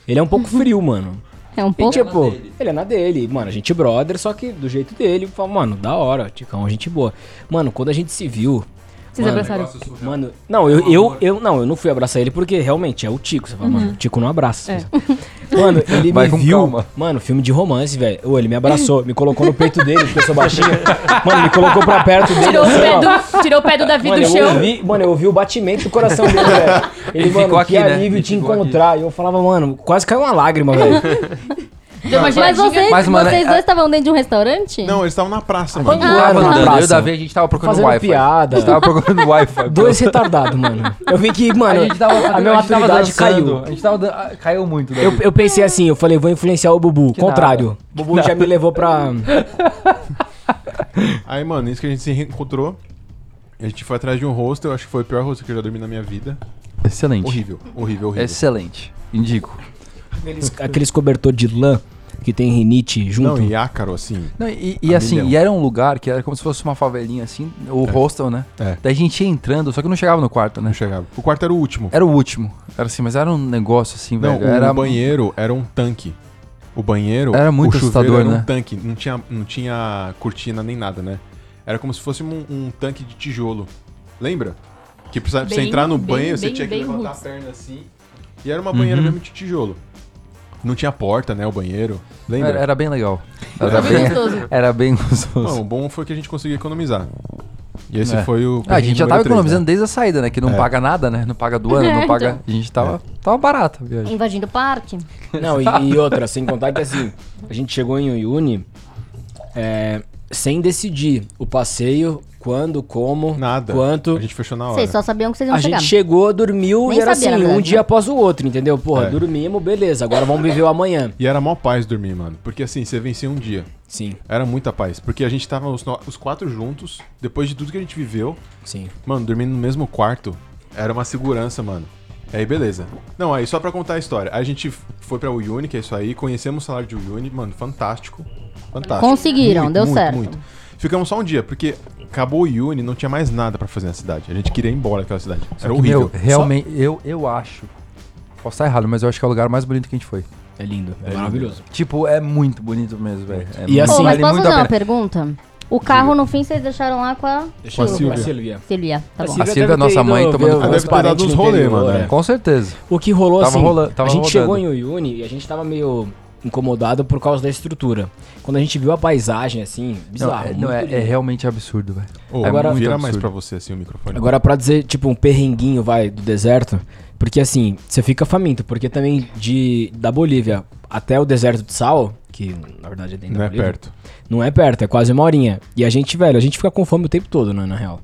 Speaker 5: Ele é
Speaker 4: (laughs)
Speaker 5: um pouco frio, mano.
Speaker 3: É um
Speaker 5: E,
Speaker 3: pouco.
Speaker 5: tipo, ele é na dele. Mano, a gente brother, só que do jeito dele. Fala, Mano, da hora, Ticão, gente boa. Mano, quando a gente se viu.
Speaker 4: Vocês
Speaker 5: mano,
Speaker 4: abraçaram.
Speaker 5: Mano, não, eu, eu, eu, não, eu não fui abraçar ele porque realmente é o Tico. Você fala,
Speaker 4: Uhum.
Speaker 5: mano, o Tico não
Speaker 4: É.
Speaker 5: abraça. Mano, ele
Speaker 6: Vai
Speaker 5: me
Speaker 6: com
Speaker 5: viu.
Speaker 6: calma.
Speaker 5: Mano, filme de romance, velho. Ô, Ele me abraçou, me colocou no peito dele, porque eu sou
Speaker 6: (laughs)
Speaker 5: baixinho. Mano, me colocou pra perto dele.
Speaker 4: Tirou o
Speaker 5: assim,
Speaker 4: pé
Speaker 5: ó.
Speaker 4: do, tirou o pé do Davi
Speaker 5: Mano, é
Speaker 4: do
Speaker 5: eu
Speaker 4: chão.
Speaker 5: ouvi, mano, eu ouvi o batimento do coração dele, velho.
Speaker 6: (laughs)
Speaker 5: Ele,
Speaker 6: Ele
Speaker 5: mano,
Speaker 6: ficou
Speaker 5: que
Speaker 6: aqui, né?
Speaker 5: alívio
Speaker 6: Ele
Speaker 5: te
Speaker 6: ficou aqui.
Speaker 5: encontrar. E eu falava, mano, quase caiu uma lágrima, velho.
Speaker 4: Deu uma
Speaker 3: Mas
Speaker 4: giradinha.
Speaker 3: vocês,
Speaker 6: Mas, mano,
Speaker 3: vocês
Speaker 6: é-
Speaker 3: dois estavam dentro de um restaurante?
Speaker 2: Não, eles estavam na praça,
Speaker 6: Quando
Speaker 2: mano.
Speaker 3: Ah,
Speaker 6: tava
Speaker 3: tá.
Speaker 6: andando, eu e o
Speaker 5: Praça.
Speaker 6: Davi, a gente tava procurando
Speaker 5: Fazendo
Speaker 6: Wi-Fi. A
Speaker 5: piada.
Speaker 6: gente tava procurando Wi-Fi.
Speaker 5: Dois retardados, mano. Eu vi que, mano,
Speaker 6: a gente tava,
Speaker 5: a minha
Speaker 6: a gente tava
Speaker 5: maturidade
Speaker 6: dançando,
Speaker 5: caiu.
Speaker 6: A gente tava dan- ah, caiu muito. Davi.
Speaker 5: Eu, eu pensei assim, eu falei, vou influenciar o Bubu.
Speaker 6: Que
Speaker 5: Contrário. O Bubu já me levou pra.
Speaker 2: Aí, mano, isso que a gente se reencontrou. A gente foi atrás de um hostel, acho que foi o pior hostel que eu já dormi na minha vida.
Speaker 6: Excelente.
Speaker 2: Horrível, horrível, horrível.
Speaker 6: É Excelente. Indico.
Speaker 5: Aqueles, aqueles cobertor de lã que tem rinite junto.
Speaker 2: Não, e ácaro, assim.
Speaker 6: Não, e, e
Speaker 2: A
Speaker 6: assim,
Speaker 2: milhão.
Speaker 6: e era um lugar que era como se fosse uma favelinha assim, o hostel, né?
Speaker 2: É.
Speaker 6: Daí a gente ia entrando, só que não chegava no quarto, né?
Speaker 2: Não chegava. O quarto era o último.
Speaker 6: Era o último. Era assim, mas era um negócio assim,
Speaker 2: Não,
Speaker 6: velho.
Speaker 2: o
Speaker 6: Era
Speaker 2: banheiro era um tanque. O banheiro,
Speaker 6: Era muito
Speaker 2: o chuveiro
Speaker 6: assustador,
Speaker 2: era
Speaker 6: né?
Speaker 2: um tanque. Não tinha, não tinha cortina nem nada, né? Era como se fosse um, um tanque de tijolo. Lembra? Que precisava, pra você
Speaker 4: Bem-
Speaker 2: entrar no
Speaker 4: bem-
Speaker 2: banheiro, você
Speaker 4: bem-
Speaker 2: tinha que
Speaker 4: bem
Speaker 2: levantar
Speaker 4: roots.
Speaker 2: a perna assim. E era uma
Speaker 6: Uhum.
Speaker 2: banheira mesmo de tijolo. Não tinha porta, né? O banheiro. Lembra?
Speaker 6: Era, era bem legal. Era
Speaker 4: Era bem
Speaker 6: bem,
Speaker 4: gostoso.
Speaker 6: (laughs) era bem gostoso.
Speaker 2: Não, o bom foi que a gente conseguiu economizar. E esse
Speaker 6: É.
Speaker 2: foi o.
Speaker 6: Ah, a gente já tava
Speaker 2: número três,
Speaker 6: economizando
Speaker 2: né?
Speaker 6: desde a saída, né? Que não paga nada, né? Não paga do ano,
Speaker 4: (laughs) É,
Speaker 6: não paga.
Speaker 4: então.
Speaker 6: A gente tava, tava barato a viagem.
Speaker 3: Invadindo o parque.
Speaker 5: Não, e, e outra, sem contar que assim, a gente chegou em Uyuni é, sem decidir o passeio, quando, como,
Speaker 2: Nada.
Speaker 5: quanto.
Speaker 2: A gente fechou na hora.
Speaker 3: Vocês só sabiam que vocês iam
Speaker 5: A
Speaker 3: chegar.
Speaker 5: gente chegou, dormiu
Speaker 3: Nem
Speaker 5: e era
Speaker 3: sabia, na
Speaker 5: assim, um
Speaker 3: verdade,
Speaker 5: dia
Speaker 3: né?
Speaker 5: após o outro, entendeu? Porra,
Speaker 2: É.
Speaker 5: dormimos, beleza, agora vamos viver o amanhã.
Speaker 2: E era mó paz dormir, mano. Porque assim, você vencia um dia.
Speaker 5: Sim,
Speaker 2: Era muita paz. Porque a gente tava os, no- os quatro juntos, depois de tudo que a gente viveu.
Speaker 5: sim.
Speaker 2: Mano, dormindo no mesmo quarto era uma segurança, mano. Aí, beleza. Não, aí só pra contar a história. A gente f- foi pra Uyuni, que é isso aí. Conhecemos o salário de Uyuni. Mano, fantástico. Fantástico.
Speaker 3: Conseguiram, deu certo.
Speaker 2: Ficamos só um dia, porque acabou o Uyuni, não tinha mais nada pra fazer na cidade. A gente queria ir embora daquela cidade. Era
Speaker 6: Que,
Speaker 2: horrível.
Speaker 6: Meu, realmente, eu, eu acho. Posso estar errado, mas eu acho que é o lugar mais bonito que a gente foi.
Speaker 5: É lindo, é, maravilhoso.
Speaker 6: Tipo, é muito bonito mesmo, velho. É
Speaker 5: E
Speaker 3: Pô, mas
Speaker 5: assim, vale
Speaker 3: posso
Speaker 6: muito
Speaker 3: fazer
Speaker 6: a
Speaker 3: uma
Speaker 6: pena.
Speaker 3: pergunta? O carro, no fim, vocês deixaram lá com a
Speaker 5: Deixa eu
Speaker 2: Com a
Speaker 5: ver.
Speaker 2: Silvia.
Speaker 5: Silvia.
Speaker 3: Celia, tá bom.
Speaker 6: A Silvia, nossa mãe, tomando
Speaker 5: ver
Speaker 6: conta.
Speaker 5: os
Speaker 2: Deve ter dado
Speaker 5: parentes
Speaker 2: uns
Speaker 5: no
Speaker 2: rolê,
Speaker 5: interior,
Speaker 2: mano,
Speaker 5: é.
Speaker 2: né?
Speaker 6: Com certeza.
Speaker 5: O que rolou
Speaker 6: Tava
Speaker 5: assim,
Speaker 6: rola- tava
Speaker 5: a gente
Speaker 6: rodando.
Speaker 5: chegou em Uyuni e a gente tava meio incomodado por causa da estrutura. Quando a gente viu a paisagem assim,
Speaker 6: Não,
Speaker 5: bizarro.
Speaker 6: é, não, é,
Speaker 5: muito
Speaker 6: é
Speaker 5: lindo.
Speaker 6: realmente absurdo, velho. É
Speaker 2: Ô,
Speaker 5: Agora-
Speaker 2: vira
Speaker 6: muito
Speaker 2: mais
Speaker 6: absurdo.
Speaker 2: pra você, assim, o
Speaker 6: é-
Speaker 2: microfone.
Speaker 5: Agora pra dizer, tipo, um perrenguinho, vai, do deserto, porque assim, você fica faminto, porque também de da Bolívia até o deserto de Sal, que na verdade é dentro
Speaker 2: Não
Speaker 5: da
Speaker 2: é
Speaker 5: Bolívia,
Speaker 2: perto.
Speaker 5: Não é perto, é quase uma horinha. E a gente, velho, a gente fica com fome o tempo todo, né, na real.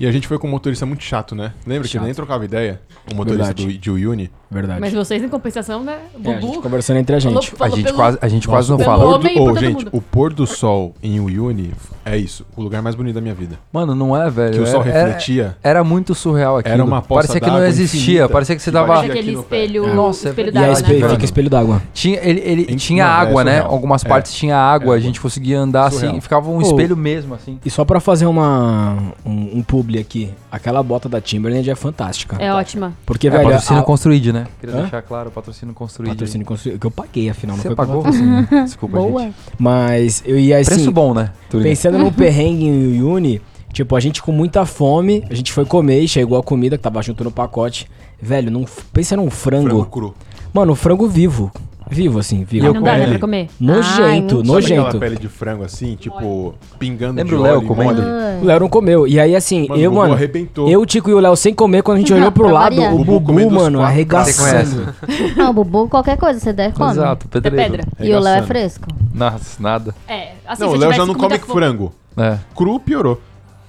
Speaker 2: E a gente foi com um motorista muito chato, né? Lembra que
Speaker 5: Chato.
Speaker 2: nem trocava ideia? O motorista
Speaker 5: Verdade.
Speaker 2: do, de Uyuni.
Speaker 5: Verdade.
Speaker 4: Mas vocês, em compensação, né? O
Speaker 5: É, a gente
Speaker 4: Bubu
Speaker 5: conversando entre a
Speaker 4: falou,
Speaker 5: gente.
Speaker 6: A
Speaker 4: falou
Speaker 6: gente
Speaker 4: pelo-
Speaker 6: quase, a gente quase não
Speaker 4: pelo
Speaker 6: fala.
Speaker 4: homem
Speaker 3: é
Speaker 4: e
Speaker 2: Ô,
Speaker 4: por todo
Speaker 2: gente,
Speaker 4: mundo.
Speaker 2: o pôr do sol em Uyuni é isso, o lugar mais bonito da minha vida.
Speaker 6: Mano, não é, velho.
Speaker 2: Que o
Speaker 6: É-
Speaker 2: sol
Speaker 6: é-
Speaker 2: refletia.
Speaker 6: Era muito surreal aquilo.
Speaker 2: Era uma poça
Speaker 6: Parecia que não
Speaker 2: d'água
Speaker 6: existia.
Speaker 2: infinita
Speaker 6: Parecia que você
Speaker 2: que
Speaker 6: dava.
Speaker 2: batia.
Speaker 4: Aquele
Speaker 2: aqui no pé.
Speaker 4: espelho,
Speaker 6: Nossa,
Speaker 4: espelho
Speaker 5: E aí
Speaker 4: d'água,
Speaker 5: espe-
Speaker 4: né?
Speaker 5: fica espelho d'água.
Speaker 6: Tinha, ele, ele
Speaker 2: Em
Speaker 6: tinha
Speaker 2: cima,
Speaker 6: água,
Speaker 2: é
Speaker 6: né?
Speaker 2: surreal.
Speaker 6: Algumas
Speaker 2: É.
Speaker 6: partes tinha água,
Speaker 2: É,
Speaker 6: a gente conseguia andar assim,
Speaker 2: Surreal.
Speaker 6: ficava um
Speaker 5: Ô.
Speaker 6: espelho mesmo, assim.
Speaker 5: E só pra fazer uma, um, um publi aqui, aquela bota da Timberland é fantástica.
Speaker 4: É ótima.
Speaker 5: Porque,
Speaker 6: É,
Speaker 5: velho,
Speaker 6: patrocínio
Speaker 5: a-
Speaker 6: construído, né? Queria
Speaker 5: Hã?
Speaker 6: deixar claro, patrocínio construído.
Speaker 5: patrocínio construído, que eu paguei, afinal, não
Speaker 6: Você
Speaker 5: foi com
Speaker 6: pagou?
Speaker 5: você.
Speaker 6: Sim. né? Desculpa,
Speaker 3: Uhum. Boa.
Speaker 6: gente.
Speaker 5: Mas eu ia assim...
Speaker 6: Preço bom, né? Turinha?
Speaker 5: Pensando
Speaker 6: (laughs)
Speaker 5: no perrengue em Uyuni, tipo, a gente com muita fome, a gente foi comer e chegou a comida que tava junto no pacote. Velho, não, pensa num frango.
Speaker 2: Frango cru.
Speaker 5: Mano, um frango vivo. Vivo, assim, vivo.
Speaker 4: Não dá, né,
Speaker 2: pele.
Speaker 4: pra comer.
Speaker 5: Nojento,
Speaker 3: Ai,
Speaker 2: Sabe aquela
Speaker 5: nojento.
Speaker 2: pele de frango assim, tipo, pingando
Speaker 6: Lembra
Speaker 2: de
Speaker 6: o Léo
Speaker 2: óleo e
Speaker 6: comendo?
Speaker 2: mole?
Speaker 5: O Léo não comeu. E aí, assim,
Speaker 2: Mano,
Speaker 5: eu,
Speaker 2: o Bubu
Speaker 5: mano.
Speaker 2: arrebentou.
Speaker 5: Eu, o Tico e o Léo sem comer, quando a gente olhou pro
Speaker 3: Uhum. Pra
Speaker 5: lado,
Speaker 3: variar.
Speaker 5: o
Speaker 2: Bubu
Speaker 5: Bubu,
Speaker 2: comendo os
Speaker 5: mano,
Speaker 2: quatro braços.
Speaker 6: Você conhece? né?
Speaker 5: arregaçando.
Speaker 3: Não, Bubu, qualquer coisa, você der come.
Speaker 6: Exato,
Speaker 4: É
Speaker 6: pedreiro.
Speaker 4: pedra.
Speaker 3: E o Léo é
Speaker 2: Arregaçando.
Speaker 3: fresco.
Speaker 6: Nossa, nada.
Speaker 4: É, assim,
Speaker 2: Não, o
Speaker 4: se eu
Speaker 2: Léo já
Speaker 4: tivesse
Speaker 2: não
Speaker 4: com muita
Speaker 2: come
Speaker 4: fome-
Speaker 2: frango.
Speaker 6: É.
Speaker 2: Cru piorou.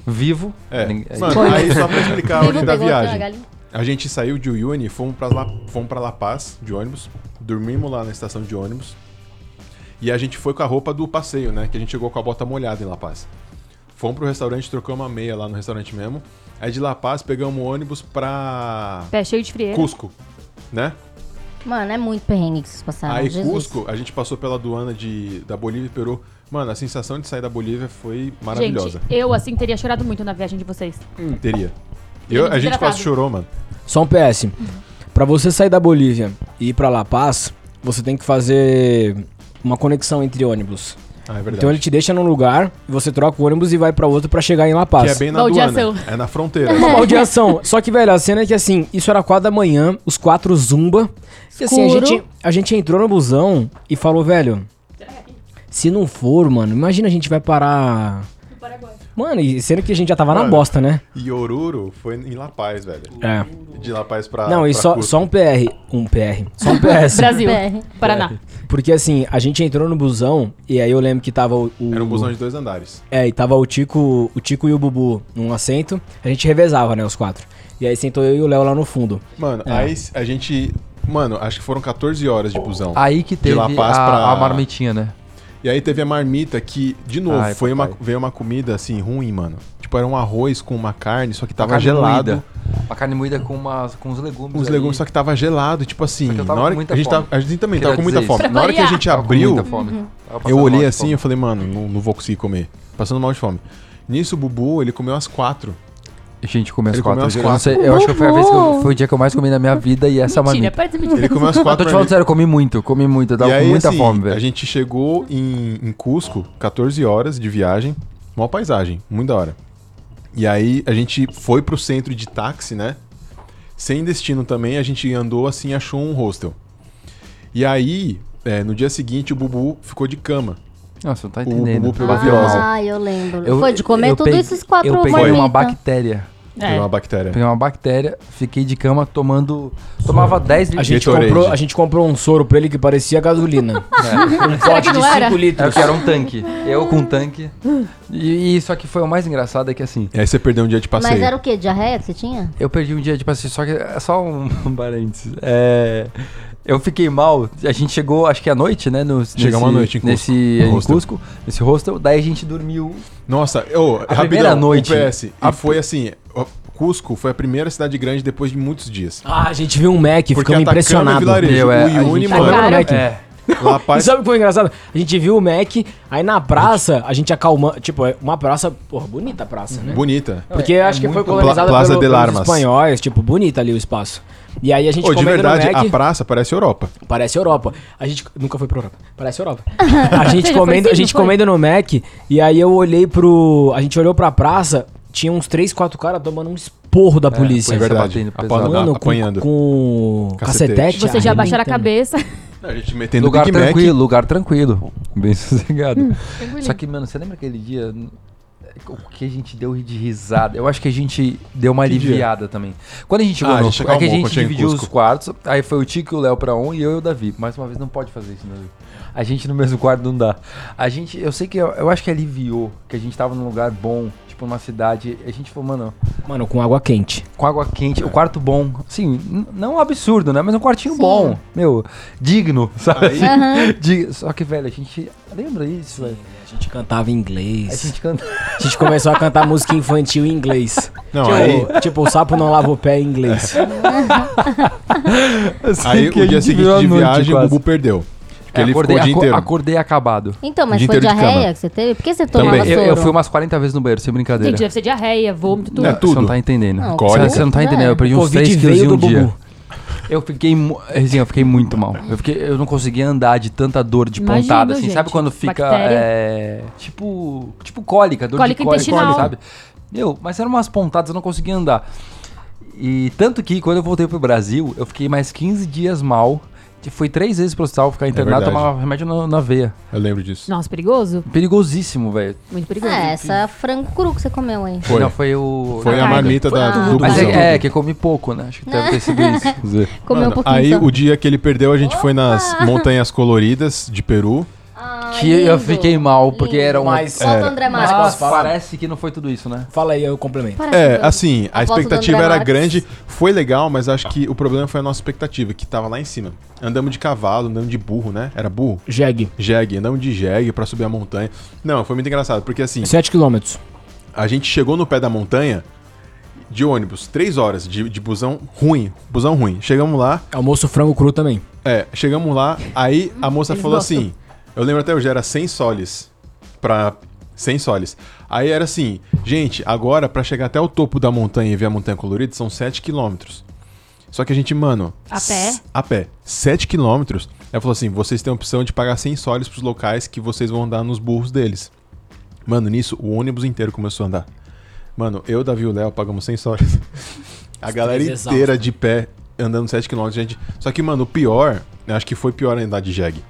Speaker 6: Vivo.
Speaker 2: É.
Speaker 6: Ninguém-
Speaker 2: Mano, aí só pra explicar tá a
Speaker 3: Vivo
Speaker 2: origem da
Speaker 3: pegou outra
Speaker 2: viagem.
Speaker 3: galinha.
Speaker 2: A gente saiu de Uyuni, fomos pra, La, fomos pra La Paz de ônibus, dormimos lá na estação de ônibus. E a gente foi com a roupa do passeio, né? Que a gente chegou com a bota molhada em La Paz. Fomos pro restaurante, trocamos uma meia lá no restaurante mesmo. Aí de La Paz pegamos o ônibus pra
Speaker 4: Pé cheio de frieira.
Speaker 2: Cusco, né?
Speaker 3: Mano, é muito perrengue que vocês
Speaker 4: Ah,
Speaker 3: passaram.
Speaker 2: Aí
Speaker 3: Jesus.
Speaker 2: Cusco, a gente passou pela aduana de, da Bolívia e Peru. Mano, a sensação de sair da Bolívia foi
Speaker 4: Gente, hum.
Speaker 2: maravilhosa.
Speaker 4: eu, assim, teria chorado muito na viagem de vocês.
Speaker 2: Teria. Eu, a gente quase chorou, mano.
Speaker 5: Só um PS. Pra você sair da Bolívia e ir pra La Paz, você tem que fazer uma conexão entre ônibus.
Speaker 2: Ah, é verdade.
Speaker 5: Então ele te deixa num lugar, você troca o ônibus e vai pra outro pra chegar em La Paz.
Speaker 2: Que é bem na
Speaker 4: Baldeação.
Speaker 2: aduana. É na
Speaker 4: (laughs)
Speaker 2: fronteira.
Speaker 5: Uma baldeação. Só que, velho, a cena é que assim, isso era 4 da manhã, os quatro zumba. E assim, a
Speaker 3: Escuro.
Speaker 5: gente, a gente entrou no busão e falou, velho. Se não for, mano, imagina a gente vai parar. Mano, e sendo que a gente já tava na
Speaker 2: Mano.
Speaker 5: bosta, né?
Speaker 2: E Oruro foi em La Paz, velho.
Speaker 5: É.
Speaker 2: De La Paz pra.
Speaker 5: Não, e
Speaker 2: pra
Speaker 5: só,
Speaker 2: Cusco.
Speaker 5: só um PR. Um PR. Só
Speaker 2: (laughs)
Speaker 5: um PS.
Speaker 4: Brasil.
Speaker 3: BR.
Speaker 4: Paraná.
Speaker 2: É,
Speaker 5: Porque assim, a gente entrou no busão e aí eu lembro que tava o. o-
Speaker 2: Era um busão de dois andares.
Speaker 5: É, e tava o Tico, o Tico e o Bubu num assento. A gente revezava, né, os quatro. E aí sentou eu e o Léo lá no fundo.
Speaker 2: Mano, aí a gente. Mano, acho que foram 14 horas de busão.
Speaker 6: Aí que teve
Speaker 2: La Paz
Speaker 6: a,
Speaker 2: pra-
Speaker 6: a marmitinha, né?
Speaker 2: E aí teve a marmita que, de novo,
Speaker 6: Ai,
Speaker 2: foi uma,
Speaker 6: papai.
Speaker 2: veio uma comida assim ruim, mano. Tipo, era um arroz com uma carne, só que tava
Speaker 6: Uma carne
Speaker 2: gelado.
Speaker 6: moída. Uma carne moída com, umas, com uns legumes.
Speaker 2: Uns legumes, só que tava gelado. Tipo assim,
Speaker 6: Só que eu tava
Speaker 2: na hora
Speaker 6: com
Speaker 2: que
Speaker 6: muita
Speaker 2: a gente,
Speaker 6: fome.
Speaker 2: tava, a gente também
Speaker 6: Queria
Speaker 2: tava com muita
Speaker 6: dizer isso.
Speaker 2: fome. Na hora que a gente abriu,
Speaker 3: Uhum.
Speaker 2: eu olhei assim e falei, mano, não, não vou conseguir comer. Passando mal de fome. Nisso, o Bubu, ele comeu às quatro.
Speaker 6: A gente comeu as
Speaker 2: Ele comeu
Speaker 6: quatro.
Speaker 2: as
Speaker 6: Eu,
Speaker 2: quatro.
Speaker 6: não sei, eu acho que foi, a vez que eu- foi o dia que eu mais comi na minha vida e essa
Speaker 4: Mentira,
Speaker 6: marmita.
Speaker 4: para de
Speaker 2: é Ele
Speaker 4: mentira.
Speaker 2: comeu
Speaker 5: (laughs)
Speaker 2: às
Speaker 6: Eu tô
Speaker 2: quatro.
Speaker 6: te falando sério, eu comi muito, eu comi muito, eu tava
Speaker 2: e aí,
Speaker 6: com muita
Speaker 2: assim,
Speaker 6: fome,
Speaker 2: A
Speaker 6: velho.
Speaker 2: gente chegou em, em Cusco, 14 horas de viagem, uma paisagem, muito da hora. E aí a gente foi pro centro de táxi, né? Sem destino também, a gente andou assim, achou um hostel. E aí, é, no dia seguinte, o Bubu ficou de cama.
Speaker 6: Nossa, não tá
Speaker 2: O
Speaker 6: entendendo.
Speaker 2: Bubu pegou a virose.
Speaker 3: Ah, eu lembro.
Speaker 6: Eu-
Speaker 3: Foi de comer
Speaker 6: eu
Speaker 3: tudo
Speaker 6: peguei-
Speaker 3: isso, esses quatro
Speaker 6: Eu peguei uma
Speaker 3: marmita.
Speaker 6: bactéria.
Speaker 2: Pegou uma
Speaker 4: É.
Speaker 2: bactéria.
Speaker 6: Peguei uma bactéria, fiquei de cama tomando. Tomava 10
Speaker 5: A
Speaker 6: litros.
Speaker 5: gente,
Speaker 2: Gatorade.
Speaker 5: comprou, a gente comprou um soro pra ele que parecia gasolina. Um
Speaker 4: Será que
Speaker 5: pote de
Speaker 4: não era?
Speaker 5: 5
Speaker 6: Era
Speaker 5: litros.
Speaker 6: que né? era um tanque. Eu com um tanque. E, e só que foi o mais engraçado é que assim,
Speaker 2: E aí você perdeu um dia de passeio.
Speaker 3: Mas era o quê? Diarreia que você tinha?
Speaker 6: eu perdi um dia de passeio, só que é só um (laughs) parênteses. É, eu fiquei mal. A gente chegou, acho que à noite, né? No,
Speaker 2: Chegamos à noite em Cusco,
Speaker 6: Nesse,
Speaker 2: no
Speaker 6: em
Speaker 2: hostel.
Speaker 6: Cusco, nesse hostel. Daí a gente dormiu.
Speaker 3: um
Speaker 2: Nossa, ô,
Speaker 6: A primeira
Speaker 2: rapidão,
Speaker 6: noite.
Speaker 2: o PS. E
Speaker 6: A-
Speaker 2: foi assim, ó, Cusco foi a primeira cidade grande depois de muitos dias.
Speaker 5: (laughs) Ah, a gente viu um Mac, ficamos
Speaker 2: Atacama É
Speaker 5: impressionados.
Speaker 2: vilarejo.
Speaker 6: Meu, é,
Speaker 2: o
Speaker 6: a gente-
Speaker 2: Iuni,
Speaker 5: Tá
Speaker 2: mano.
Speaker 5: caro, né?
Speaker 6: É,
Speaker 2: La
Speaker 5: E
Speaker 2: Paz
Speaker 5: sabe o que foi engraçado? A gente viu o Mac, aí na praça, a gente acalmando. Tipo, é uma praça, porra, bonita a praça, né?
Speaker 2: bonita.
Speaker 5: Porque
Speaker 6: É,
Speaker 5: eu acho
Speaker 6: é
Speaker 5: que foi
Speaker 6: muito-
Speaker 5: colonizada
Speaker 2: Pla- Plaza
Speaker 5: pelo,
Speaker 2: de
Speaker 5: pelos
Speaker 2: Armas.
Speaker 5: espanhóis, tipo, bonita ali o espaço. E aí a gente
Speaker 2: Ô, de
Speaker 5: comendo no
Speaker 2: verdade,
Speaker 5: Mac,
Speaker 2: a praça parece Europa.
Speaker 5: parece Europa. A gente nunca foi pra Europa, parece Europa.
Speaker 4: (laughs)
Speaker 5: A
Speaker 4: Você
Speaker 5: gente
Speaker 4: já foi
Speaker 5: comendo, a
Speaker 4: sim,
Speaker 5: gente
Speaker 4: não foi?
Speaker 5: comendo no Mac, e aí eu olhei pro, a gente olhou pra praça, tinha uns três, quatro caras tomando um esporro da polícia.
Speaker 2: É
Speaker 6: polícia
Speaker 2: verdade.
Speaker 6: batendo pesado.
Speaker 2: Apanhando,
Speaker 5: Mano,
Speaker 2: apanhando.
Speaker 5: com, com
Speaker 2: Cacetete.
Speaker 5: cacetete.
Speaker 4: Você
Speaker 2: é
Speaker 4: já abaixaram a
Speaker 5: arrebentando.
Speaker 4: cabeça.
Speaker 2: A gente metendo
Speaker 6: lugar
Speaker 2: Big Mac.
Speaker 6: tranquilo, lugar tranquilo. Bem (laughs) sossegado. Só que, mano, você lembra aquele dia é, o que a gente deu de risada? Eu acho que a gente deu uma
Speaker 2: Que dia?
Speaker 6: aliviada também. Quando a gente chegou
Speaker 2: Ah, a
Speaker 6: no,
Speaker 2: gente
Speaker 6: é que a
Speaker 2: acalmou
Speaker 6: gente
Speaker 2: quando chega em
Speaker 6: dividiu os
Speaker 2: Cusco.
Speaker 6: quartos, aí foi o Tico e o Léo pra um e eu e o Davi. Mais uma vez, não pode fazer isso, né, Davi? A gente no mesmo quarto não dá. A gente, eu sei que, eu, eu acho que aliviou, que a gente tava num lugar bom, tipo numa cidade. A gente falou, mano,
Speaker 5: Mano, com água quente.
Speaker 6: com água quente, o quarto bom. Assim, n- não um absurdo, né? Mas um quartinho bom, meu, digno, (laughs) sabe?
Speaker 2: Aí-
Speaker 6: Dig- Só que, velho, a gente. Lembra isso, velho?
Speaker 5: A gente cantava em
Speaker 6: A
Speaker 5: inglês.
Speaker 2: (laughs)
Speaker 6: gente canta.
Speaker 5: A gente começou a cantar música infantil em inglês.
Speaker 2: Não,
Speaker 5: tipo,
Speaker 6: um-
Speaker 2: aí,
Speaker 5: tipo, o sapo não lava o pé em inglês.
Speaker 6: (laughs)
Speaker 2: aí o dia seguinte de viagem, o Bubu perdeu. Porque ele ficou
Speaker 6: É,
Speaker 2: o
Speaker 6: acordei,
Speaker 2: dia
Speaker 6: aco-
Speaker 2: inteiro.
Speaker 6: acordei acabado.
Speaker 3: Então, mas
Speaker 2: Dia
Speaker 3: foi
Speaker 2: inteiro de
Speaker 3: diarreia
Speaker 2: cama.
Speaker 3: que você teve? Por que você tomava
Speaker 2: Também.
Speaker 6: Eu,
Speaker 3: soro?
Speaker 6: eu fui umas 40 vezes no banheiro, sem brincadeira.
Speaker 4: Gente, é deve ser diarreia, vômito, tudo.
Speaker 2: É
Speaker 6: Não, Você
Speaker 2: tudo.
Speaker 6: não tá entendendo.
Speaker 3: Não,
Speaker 2: Cólica.
Speaker 6: Você não tá entendendo. Eu perdi uns
Speaker 5: Covid
Speaker 6: 3 quilos
Speaker 5: veio
Speaker 6: em
Speaker 5: do
Speaker 6: um dia.
Speaker 5: Bubu.
Speaker 6: Eu fiquei, mu- assim, eu fiquei muito mal. Eu, fiquei, eu não conseguia andar de tanta dor de
Speaker 4: Imagino,
Speaker 6: pontada, assim.
Speaker 4: gente.
Speaker 6: Sabe quando fica,
Speaker 4: Bactéria.
Speaker 6: é, tipo, tipo cólica, dor
Speaker 4: Cólica
Speaker 6: de cólica,
Speaker 4: intestinal.
Speaker 6: sabe? Meu, mas eram umas pontadas, eu não conseguia andar. E tanto que quando eu voltei pro Brasil, eu fiquei mais 15 dias mal. Que Foi três vezes pro hospital ficar internado,
Speaker 2: É verdade.
Speaker 6: tomava remédio na, na veia.
Speaker 2: Eu lembro disso.
Speaker 4: Nossa, perigoso?
Speaker 6: Perigosíssimo, velho.
Speaker 4: Muito perigoso.
Speaker 3: É, essa frango cru que você comeu, hein?
Speaker 2: Foi.
Speaker 6: Não, foi o...
Speaker 2: Foi a
Speaker 4: Caralho.
Speaker 2: marmita da, do
Speaker 6: Mas
Speaker 2: busão.
Speaker 6: é, é, que eu comi pouco, né? Acho que deve
Speaker 4: (laughs)
Speaker 6: ter sido isso.
Speaker 3: Comeu
Speaker 2: Mano,
Speaker 3: um pouquinho.
Speaker 2: aí
Speaker 3: só.
Speaker 2: o dia que ele perdeu, a gente foi nas Montanhas Coloridas de
Speaker 3: (laughs)
Speaker 2: Peru.
Speaker 3: Ah,
Speaker 6: que eu
Speaker 3: lindo.
Speaker 6: fiquei mal, porque
Speaker 3: Lindo.
Speaker 6: era um...
Speaker 5: Mas-
Speaker 2: É.
Speaker 3: Solta o André
Speaker 6: Mas
Speaker 3: Marques.
Speaker 5: posso falar?
Speaker 6: parece que não foi tudo isso, né?
Speaker 5: Fala aí, eu complemento.
Speaker 3: Parece
Speaker 2: É,
Speaker 3: tudo.
Speaker 2: assim, a,
Speaker 3: A volta do
Speaker 2: expectativa
Speaker 3: André
Speaker 2: era
Speaker 3: Marques.
Speaker 2: grande, foi legal, mas acho que o problema foi a nossa expectativa, que tava lá em cima. Andamos de cavalo, andamos de burro, né? Era burro?
Speaker 5: Jeg,
Speaker 2: Jegue, andamos de jegue pra subir a montanha. Não, foi muito engraçado, porque assim,
Speaker 5: 7 quilômetros.
Speaker 2: a gente chegou no pé da montanha de ônibus, três horas de, de busão ruim, busão ruim. Chegamos lá,
Speaker 5: Almoço frango cru também.
Speaker 2: É, chegamos lá, aí a moça falou assim: Eu lembro até hoje, era 100 soles. Pra. 100 soles. Aí era assim: Gente, agora pra chegar até o topo da montanha e ver a Montanha Colorida são 7 quilômetros. Só que a gente, mano.
Speaker 4: A
Speaker 2: s- A pé. 7 quilômetros. Ela falou assim: Vocês têm a opção de pagar 100 soles pros locais que vocês vão andar nos burros deles. Mano, nisso, o ônibus inteiro começou a andar. Mano, eu, Davi e o Léo pagamos 100 soles. A galera
Speaker 5: exausto.
Speaker 2: inteira de pé, andando 7km, gente. Só que, mano, o pior, eu acho que foi pior andar de jegue.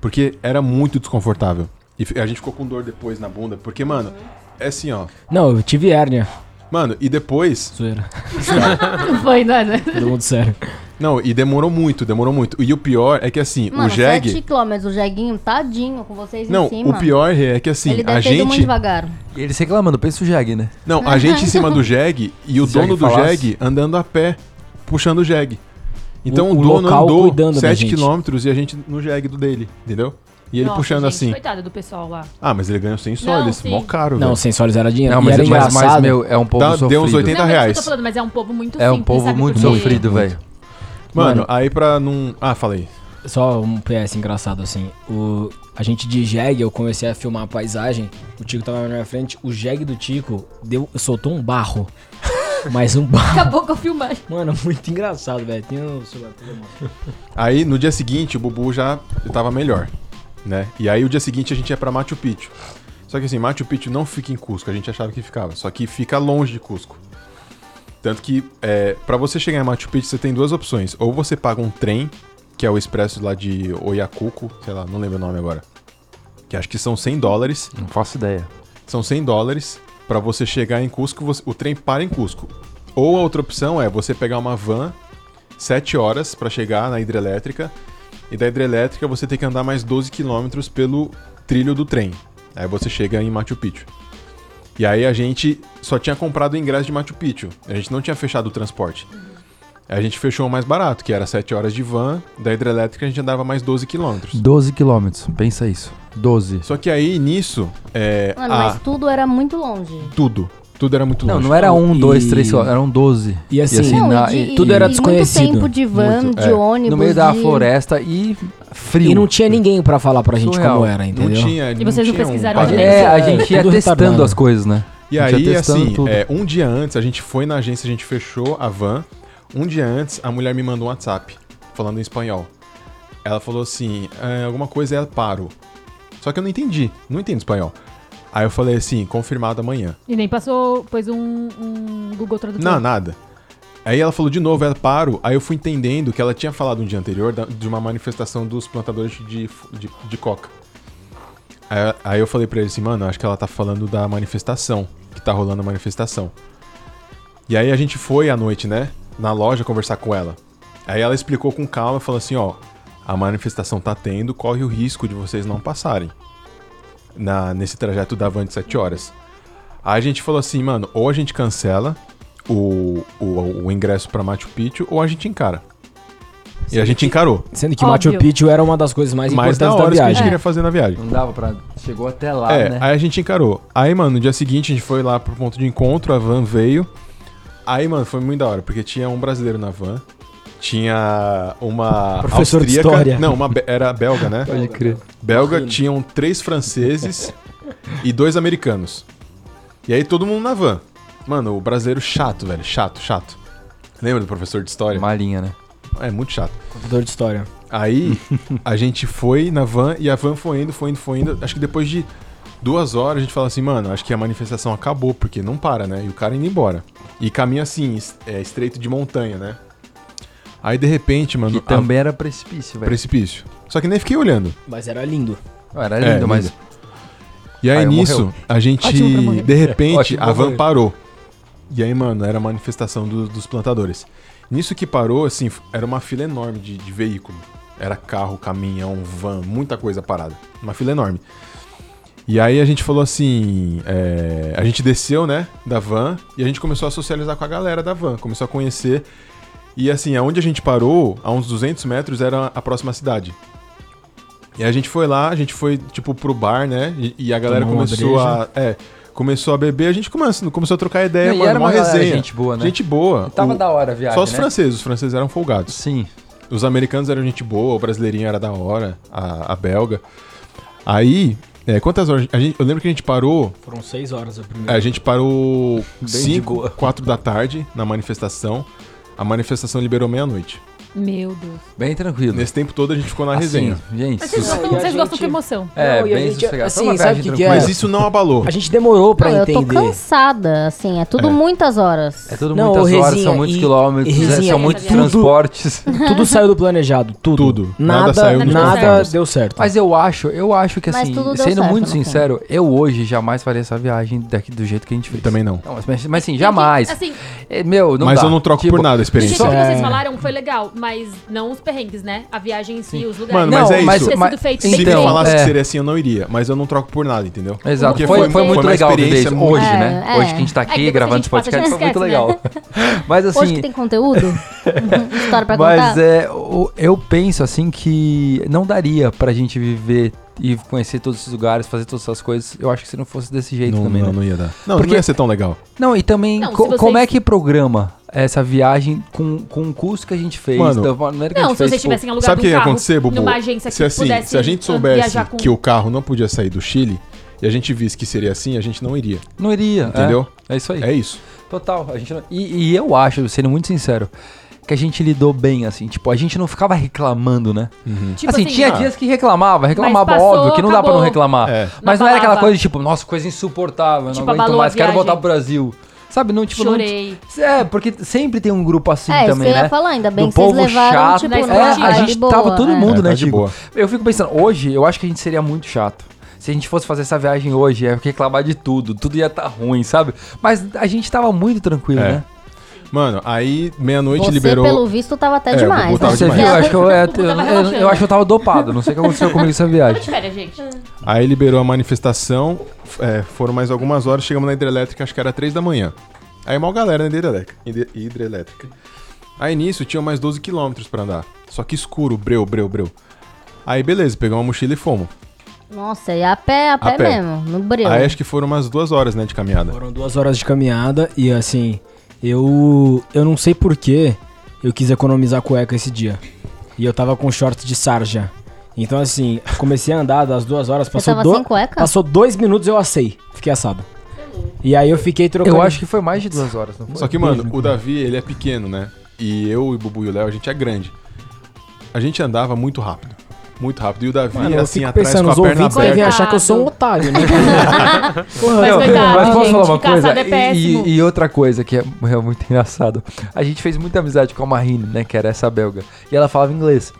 Speaker 2: Porque era muito desconfortável. E fi- a gente ficou com dor depois na bunda. Porque, mano, é assim, ó.
Speaker 5: Não, eu tive hérnia.
Speaker 2: Mano, e depois.
Speaker 5: Zoeira.
Speaker 4: Foi, não, né?
Speaker 5: Todo mundo sério.
Speaker 2: Não, e demorou muito, demorou muito. E o pior é que assim,
Speaker 3: Mano,
Speaker 2: o Jeg.
Speaker 3: 7km, o jeguinho, tadinho, com vocês
Speaker 2: Não,
Speaker 3: em cima.
Speaker 2: o pior é que assim,
Speaker 3: Ele
Speaker 2: a
Speaker 3: deve ter ido muito
Speaker 2: gente.
Speaker 3: devagar.
Speaker 6: E eles reclamando, pensa o Jag, né?
Speaker 2: Não, a gente em cima do Jeg e o
Speaker 6: Se o
Speaker 2: dono do
Speaker 6: Jeg falasse.
Speaker 2: Jeg andando a pé, puxando o Jeg. Então
Speaker 5: O-
Speaker 2: o,
Speaker 5: o
Speaker 2: dono
Speaker 5: local
Speaker 2: andou
Speaker 5: cuidando da
Speaker 2: 7
Speaker 5: gente.
Speaker 2: km e a gente no Jeg do dele, entendeu? E ele
Speaker 4: Nossa,
Speaker 2: puxando
Speaker 4: gente,
Speaker 2: assim.
Speaker 4: Coitado do pessoal lá.
Speaker 2: Ah, mas ele ganhou 100 soles,
Speaker 4: sim.
Speaker 2: mó caro,
Speaker 5: Não,
Speaker 2: velho.
Speaker 5: sem sólidos era dinheiro.
Speaker 6: Não,
Speaker 5: e
Speaker 6: mas,
Speaker 5: era
Speaker 6: é mas,
Speaker 5: engraçado.
Speaker 6: mas, meu, é um povo
Speaker 2: Dá-
Speaker 6: sofrido.
Speaker 2: deu uns 80
Speaker 4: não, mas é isso que eu
Speaker 2: reais.
Speaker 4: tô falando, mas é um povo muito
Speaker 6: É um
Speaker 4: simples,
Speaker 6: povo
Speaker 4: sabe?
Speaker 6: muito
Speaker 4: Porque-
Speaker 6: sofrido, velho.
Speaker 2: Mano,
Speaker 5: Mano.
Speaker 2: aí pra não. Ah, falei.
Speaker 5: Só um PS engraçado, assim. O, a gente de jegue, eu comecei a filmar a paisagem. O Tico tava na minha frente. O jegue do Tico deu, soltou um barro. (laughs) Mas um
Speaker 4: (laughs)
Speaker 5: barro.
Speaker 4: Acabou com a filmagem.
Speaker 5: Mano, muito engraçado, velho. Tem um o celular. tudo, mano.
Speaker 2: Aí no dia seguinte o Bubu já tava melhor, né? E aí o dia seguinte a gente ia pra Machu Picchu. Só que assim, Machu Picchu não fica em Cusco, a gente achava que ficava, só que fica longe de Cusco. Tanto que é, para você chegar em Machu Picchu você tem duas opções, ou você paga um trem, que é o expresso lá de Oiacuco, sei lá, não lembro o nome agora. Que acho que são 100 dólares.
Speaker 6: Não faço ideia.
Speaker 2: São 100 dólares. Pra você chegar em Cusco, você- o trem para em Cusco. Ou a outra opção é você pegar uma van, 7 horas pra chegar na hidrelétrica. E da hidrelétrica você tem que andar mais 12 quilômetros pelo trilho do trem. Aí você chega em Machu Picchu. E aí a gente só tinha comprado o ingresso de Machu Picchu. A gente não tinha fechado o transporte. Aí A gente fechou o mais barato, que era 7 horas de van. Da hidrelétrica a gente andava mais 12 quilômetros.
Speaker 6: 12 quilômetros, pensa isso. 12.
Speaker 2: Só que aí nisso, é,
Speaker 3: Mano,
Speaker 2: a-
Speaker 3: mas tudo era muito longe.
Speaker 2: tudo. Tudo era muito
Speaker 6: Não,
Speaker 2: longe.
Speaker 6: não era um,
Speaker 5: E-
Speaker 6: dois, três quilômetros, eram 12.
Speaker 5: E assim,
Speaker 8: um
Speaker 3: Não,
Speaker 6: na-
Speaker 3: e, de-
Speaker 6: e-
Speaker 5: tudo era
Speaker 3: e
Speaker 5: desconhecido.
Speaker 3: Muito tempo de van,
Speaker 2: Muito,
Speaker 3: de
Speaker 2: é.
Speaker 3: ônibus.
Speaker 6: no meio da
Speaker 3: de-
Speaker 6: floresta e frio.
Speaker 5: E não tinha ninguém pra falar pra gente
Speaker 6: Surreal.
Speaker 5: como era,
Speaker 2: Não
Speaker 5: entendeu?
Speaker 2: tinha.
Speaker 4: E vocês não
Speaker 2: tinha
Speaker 4: pesquisaram
Speaker 2: um
Speaker 4: nada.
Speaker 2: padrão.
Speaker 6: É, a gente ia
Speaker 5: Tudo
Speaker 6: testando
Speaker 5: retardado.
Speaker 6: as coisas, né?
Speaker 2: E
Speaker 6: A gente ia
Speaker 2: aí,
Speaker 6: testando
Speaker 2: assim,
Speaker 6: tudo.
Speaker 2: é, um dia antes, a gente foi na agência, a gente fechou a van. Um dia antes, a mulher me mandou um WhatsApp, falando em espanhol. Ela falou assim: "Ah, alguma coisa é paro. Só que eu não entendi, não entendo espanhol. Aí eu falei assim: confirmado amanhã.
Speaker 4: E nem passou, pôs um, um Google Tradutor.
Speaker 2: Não, nada. Aí ela falou de novo, ela parou. Aí eu fui entendendo que ela tinha falado um dia anterior da- de uma manifestação dos plantadores de, f- de, de coca. Aí, aí eu falei pra ele assim, mano, acho que ela tá falando da manifestação, que tá rolando a manifestação. E aí a gente foi à noite, né, na loja conversar com ela. Aí ela explicou com calma, falou assim, ó, a manifestação tá tendo, corre o risco de vocês não passarem na, nesse trajeto da van de 7 horas. Aí a gente falou assim, mano, ou a gente cancela o, o, o ingresso pra Machu Picchu, ou a gente encara. E a gente encarou.
Speaker 5: Sendo que
Speaker 4: Óbvio.
Speaker 5: Machu Picchu era uma das coisas mais
Speaker 2: Mas na
Speaker 5: importantes da
Speaker 2: hora que a gente
Speaker 5: viagem.
Speaker 2: queria fazer na viagem.
Speaker 6: Não dava pra. Chegou até lá,
Speaker 2: é,
Speaker 6: né?
Speaker 2: aí a gente encarou. Aí, mano, no dia seguinte a gente foi lá pro ponto de encontro, a van veio. Aí, mano, foi muito da hora, porque tinha um brasileiro na van, tinha uma
Speaker 5: Professor de
Speaker 2: austríaca,
Speaker 5: história.
Speaker 2: não, uma be- era belga,
Speaker 5: (laughs)
Speaker 2: né?
Speaker 6: Pode crer.
Speaker 2: Belga tinham três franceses e dois americanos. E aí todo mundo na van. Mano, o brasileiro chato, velho, chato, chato. Lembra do professor de história?
Speaker 6: Malinha, né?
Speaker 2: É muito chato.
Speaker 5: Contador de história.
Speaker 2: Aí
Speaker 6: (laughs)
Speaker 2: a gente foi na van e a van foi indo, foi indo, foi indo. Acho que depois de duas horas a gente fala assim, mano, acho que a manifestação acabou, porque não para, né? E o cara indo embora. E caminha assim, es- é, estreito de montanha, né? Aí de repente, mano,
Speaker 6: Que
Speaker 2: a-
Speaker 6: também era precipício, velho.
Speaker 2: precipício. Só que nem fiquei olhando.
Speaker 5: Mas era lindo.
Speaker 6: Era
Speaker 2: É,
Speaker 6: lindo, mas.
Speaker 2: E aí,
Speaker 6: Aí,
Speaker 2: nisso,
Speaker 6: Ah, morreu. É,
Speaker 2: a gente,
Speaker 4: Ótimo pra morrer.
Speaker 2: de repente,
Speaker 6: Ótimo pra
Speaker 2: a van
Speaker 6: morrer.
Speaker 2: parou. E aí, mano, era a manifestação do- dos plantadores. Nisso que parou, assim, f- era uma fila enorme de, de veículo. Era carro, caminhão, van, muita coisa parada. Uma fila enorme. E aí a gente falou assim, é, a gente desceu, né, da van, e a gente começou a socializar com a galera da van, começou a conhecer. E assim, aonde a gente parou, a uns 200 metros, era a próxima cidade. E a gente foi lá, a gente foi, tipo, pro bar, né, e, e a galera
Speaker 5: Tomou uma
Speaker 2: começou a... É, começou a beber, a gente começou, começou a trocar ideia,
Speaker 6: Não, e
Speaker 2: mano,
Speaker 6: era
Speaker 2: mó
Speaker 6: uma galera,
Speaker 2: resenha.
Speaker 6: gente boa, né?
Speaker 2: Gente boa.
Speaker 6: E tava
Speaker 2: O-
Speaker 6: da hora a viagem.
Speaker 2: Só os
Speaker 6: né?
Speaker 2: franceses, os franceses eram folgados.
Speaker 6: Sim.
Speaker 2: Os americanos eram gente boa, o brasileirinho era da hora, a, a belga. Aí, é, quantas horas? a gente- eu lembro que a gente parou.
Speaker 5: Foram seis horas a primeira.
Speaker 2: A gente parou
Speaker 6: de
Speaker 2: 5,
Speaker 6: boa.
Speaker 2: 4 da tarde na manifestação. A manifestação liberou meia-noite.
Speaker 4: Meu Deus.
Speaker 6: Bem tranquilo.
Speaker 2: Nesse tempo todo a gente ficou na
Speaker 6: Assim,
Speaker 2: resenha.
Speaker 6: Gente,
Speaker 4: Mas vocês,
Speaker 6: isso-
Speaker 5: Não, e a
Speaker 4: vocês gostam
Speaker 5: gente-
Speaker 4: de emoção.
Speaker 6: é,
Speaker 5: Não, e a
Speaker 6: bem
Speaker 5: gente,
Speaker 6: sossegado. Foi
Speaker 5: assim,
Speaker 6: uma
Speaker 5: sabe o que
Speaker 6: viagem
Speaker 5: que é?
Speaker 6: tranquila.
Speaker 2: Mas isso não abalou.
Speaker 5: A gente demorou pra
Speaker 8: Não, eu tô
Speaker 5: entender.
Speaker 8: cansada, assim, é tudo
Speaker 2: É.
Speaker 8: muitas horas.
Speaker 6: É tudo
Speaker 5: Não,
Speaker 6: muitas
Speaker 5: ô,
Speaker 6: horas,
Speaker 5: Rezinha,
Speaker 6: são muitos
Speaker 5: e-
Speaker 6: quilômetros,
Speaker 5: e
Speaker 6: é,
Speaker 5: Rezinha,
Speaker 6: são muitos
Speaker 5: tudo-
Speaker 6: transportes.
Speaker 8: (laughs)
Speaker 5: Tudo saiu do planejado, tudo.
Speaker 2: Tudo.
Speaker 5: Nada,
Speaker 2: Nada
Speaker 5: nada
Speaker 2: saiu
Speaker 4: dos
Speaker 5: nada
Speaker 4: planos.
Speaker 5: deu certo.
Speaker 6: Mas eu acho, eu acho que
Speaker 8: Mas
Speaker 6: assim,
Speaker 8: tudo deu
Speaker 6: sendo
Speaker 8: certo,
Speaker 6: muito
Speaker 8: no fim.
Speaker 6: sincero, eu hoje jamais faria essa viagem daqui do jeito que a gente fez.
Speaker 2: Também não.
Speaker 6: Não, mas- mas, mas assim, jamais.
Speaker 4: Assim,
Speaker 6: É, Meu, não
Speaker 2: Mas
Speaker 6: dá.
Speaker 2: eu não troco
Speaker 6: Tipo,
Speaker 2: por nada a
Speaker 4: do jeito
Speaker 2: experiência.
Speaker 4: que
Speaker 5: É.
Speaker 4: vocês falaram foi legal, mas não os perrengues, né? A viagem em si, os lugares.
Speaker 2: Mano,
Speaker 6: Não,
Speaker 2: mas é
Speaker 6: mas
Speaker 2: isso.
Speaker 6: mas,
Speaker 4: Ter sido feito
Speaker 2: Se me
Speaker 4: Então,
Speaker 2: falasse
Speaker 6: é,
Speaker 2: que seria assim, eu não iria. Mas eu não troco por nada, entendeu?
Speaker 6: Exato,
Speaker 2: Porque
Speaker 6: foi, foi,
Speaker 2: foi-
Speaker 6: muito
Speaker 2: foi uma
Speaker 6: legal
Speaker 2: experiência
Speaker 6: viver
Speaker 2: muito-
Speaker 6: hoje,
Speaker 8: É,
Speaker 6: né?
Speaker 8: é.
Speaker 6: Hoje que a gente tá
Speaker 4: É que
Speaker 6: aqui
Speaker 4: depois a
Speaker 6: gravando
Speaker 4: gente
Speaker 6: esse
Speaker 4: passa, a
Speaker 6: podcast, foi
Speaker 4: gente
Speaker 6: muito legal. (laughs)
Speaker 4: esquece,
Speaker 6: Mas
Speaker 8: Hoje
Speaker 6: assim,
Speaker 8: que tem conteúdo? História pra
Speaker 6: Mas
Speaker 8: contar?
Speaker 6: é, o- eu penso assim que não daria pra gente viver e conhecer todos esses lugares, fazer todas essas coisas. Eu acho que se não fosse desse jeito
Speaker 2: Não,
Speaker 6: também.
Speaker 2: não,
Speaker 6: né?
Speaker 2: não ia dar. Não,
Speaker 6: Porque-
Speaker 2: não ia ser tão legal.
Speaker 6: Não, e também,
Speaker 4: Não, se
Speaker 6: co-
Speaker 4: vocês-
Speaker 6: como é que programa essa viagem com, com o custo que a gente fez?
Speaker 2: Mano,
Speaker 6: da maneira que a
Speaker 4: Não,
Speaker 6: gente
Speaker 4: se
Speaker 6: fez,
Speaker 4: vocês
Speaker 6: tipo,
Speaker 4: tivessem alugado
Speaker 2: Sabe o que
Speaker 4: um
Speaker 2: ia
Speaker 4: carro
Speaker 2: acontecer, Bubu?
Speaker 4: numa agência que
Speaker 2: se, assim,
Speaker 4: pudesse
Speaker 2: se a gente soubesse
Speaker 4: viajar com...
Speaker 2: que o carro não podia sair do Chile e a gente visse que seria assim, a gente não iria.
Speaker 6: Não iria.
Speaker 2: Entendeu?
Speaker 6: É, é isso aí.
Speaker 2: É isso.
Speaker 6: Total. A gente não- e, e eu acho, sendo muito sincero, que a gente lidou bem, assim. Tipo, a gente não ficava reclamando, né?
Speaker 4: Tipo
Speaker 6: assim, tinha
Speaker 2: ah,
Speaker 6: dias que reclamava, reclamava,
Speaker 4: mas passou,
Speaker 6: óbvio, que não dá pra
Speaker 4: acabou.
Speaker 6: não reclamar.
Speaker 2: É.
Speaker 6: Mas
Speaker 4: Não
Speaker 6: não era aquela
Speaker 4: abalava.
Speaker 6: coisa tipo, nossa, coisa insuportável, eu
Speaker 4: Tipo,
Speaker 6: não aguento
Speaker 4: abalou a
Speaker 6: mais, quero
Speaker 4: viagem.
Speaker 6: voltar pro Brasil. Sabe, não, tipo,
Speaker 4: Chorei.
Speaker 6: não. É, porque sempre tem um grupo assim
Speaker 8: É, isso
Speaker 6: também,
Speaker 8: que eu ia
Speaker 6: né?
Speaker 8: falar, ainda bem
Speaker 6: Do
Speaker 8: que vocês
Speaker 6: povo
Speaker 8: levaram,
Speaker 6: chato,
Speaker 8: tipo,
Speaker 4: né?
Speaker 8: numa
Speaker 4: É, a
Speaker 6: a
Speaker 8: vibe
Speaker 6: gente
Speaker 8: boa,
Speaker 6: tava todo
Speaker 8: é.
Speaker 6: mundo,
Speaker 2: É,
Speaker 6: né,
Speaker 2: tá de
Speaker 6: Tico?
Speaker 2: boa.
Speaker 6: Eu fico pensando, hoje eu acho que a gente seria muito chato. Se a gente fosse fazer essa viagem hoje, ia reclamar de tudo, tudo ia estar ruim, sabe? Mas a gente tava muito tranquilo,
Speaker 2: É.
Speaker 6: né?
Speaker 2: Mano, aí meia-noite
Speaker 8: Você,
Speaker 2: liberou.
Speaker 8: pelo visto, tava até
Speaker 2: É,
Speaker 8: demais.
Speaker 2: vou botar
Speaker 8: né?
Speaker 2: o de-
Speaker 6: Você
Speaker 2: demais.
Speaker 6: viu? Eu acho que eu, é,
Speaker 4: tava
Speaker 6: eu- eu-
Speaker 4: relaxando.
Speaker 6: eu acho que eu tava dopado, não sei o que aconteceu comigo essa viagem.
Speaker 4: Espera, gente.
Speaker 2: Aí liberou a manifestação, f- é, foram mais algumas horas, chegamos na hidrelétrica, acho que era 3 da manhã. Aí mal galera na hidrelétrica. hidre- hidrelétrica. Aí nisso tinha mais 12 quilômetros pra andar. Só que escuro, breu, breu, breu. Aí beleza, pegamos uma mochila e fomos.
Speaker 8: Nossa, e a pé, a pé,
Speaker 2: pé.
Speaker 8: mesmo, no breu.
Speaker 2: Aí acho que foram umas duas horas, né, de caminhada.
Speaker 5: Foram duas horas de caminhada e assim, eu eu não sei porquê eu quis economizar cueca esse dia. E eu tava com short de sarja. Então assim, comecei a andar das duas horas,
Speaker 8: Você
Speaker 5: passou,
Speaker 8: tava
Speaker 5: do-
Speaker 8: sem cueca?
Speaker 5: passou dois minutos eu assei, fiquei assado. E aí eu fiquei trocando.
Speaker 6: Eu acho que foi mais de duas horas, não foi?
Speaker 2: Só que, mano, o Davi, ele é pequeno, né? E eu, e o Bubu e o Léo, a gente é grande. A gente andava muito rápido. Muito rápido. E o Davi,
Speaker 5: Mano, eu
Speaker 2: assim,
Speaker 5: fico
Speaker 2: atrás
Speaker 5: pensando, os
Speaker 2: com a perna
Speaker 5: ouvintes devem
Speaker 2: aberta.
Speaker 5: achar que eu sou um otário, né?
Speaker 4: Mas
Speaker 6: Não,
Speaker 4: coitado,
Speaker 6: mas posso
Speaker 4: gente,
Speaker 6: falar uma
Speaker 4: que caçada
Speaker 6: coisa?
Speaker 4: é
Speaker 6: E-
Speaker 4: péssimo.
Speaker 6: e, e outra coisa que é, (laughs) é muito engraçado. A gente fez muita amizade com a Marine, né? Que era essa belga. E ela falava inglês.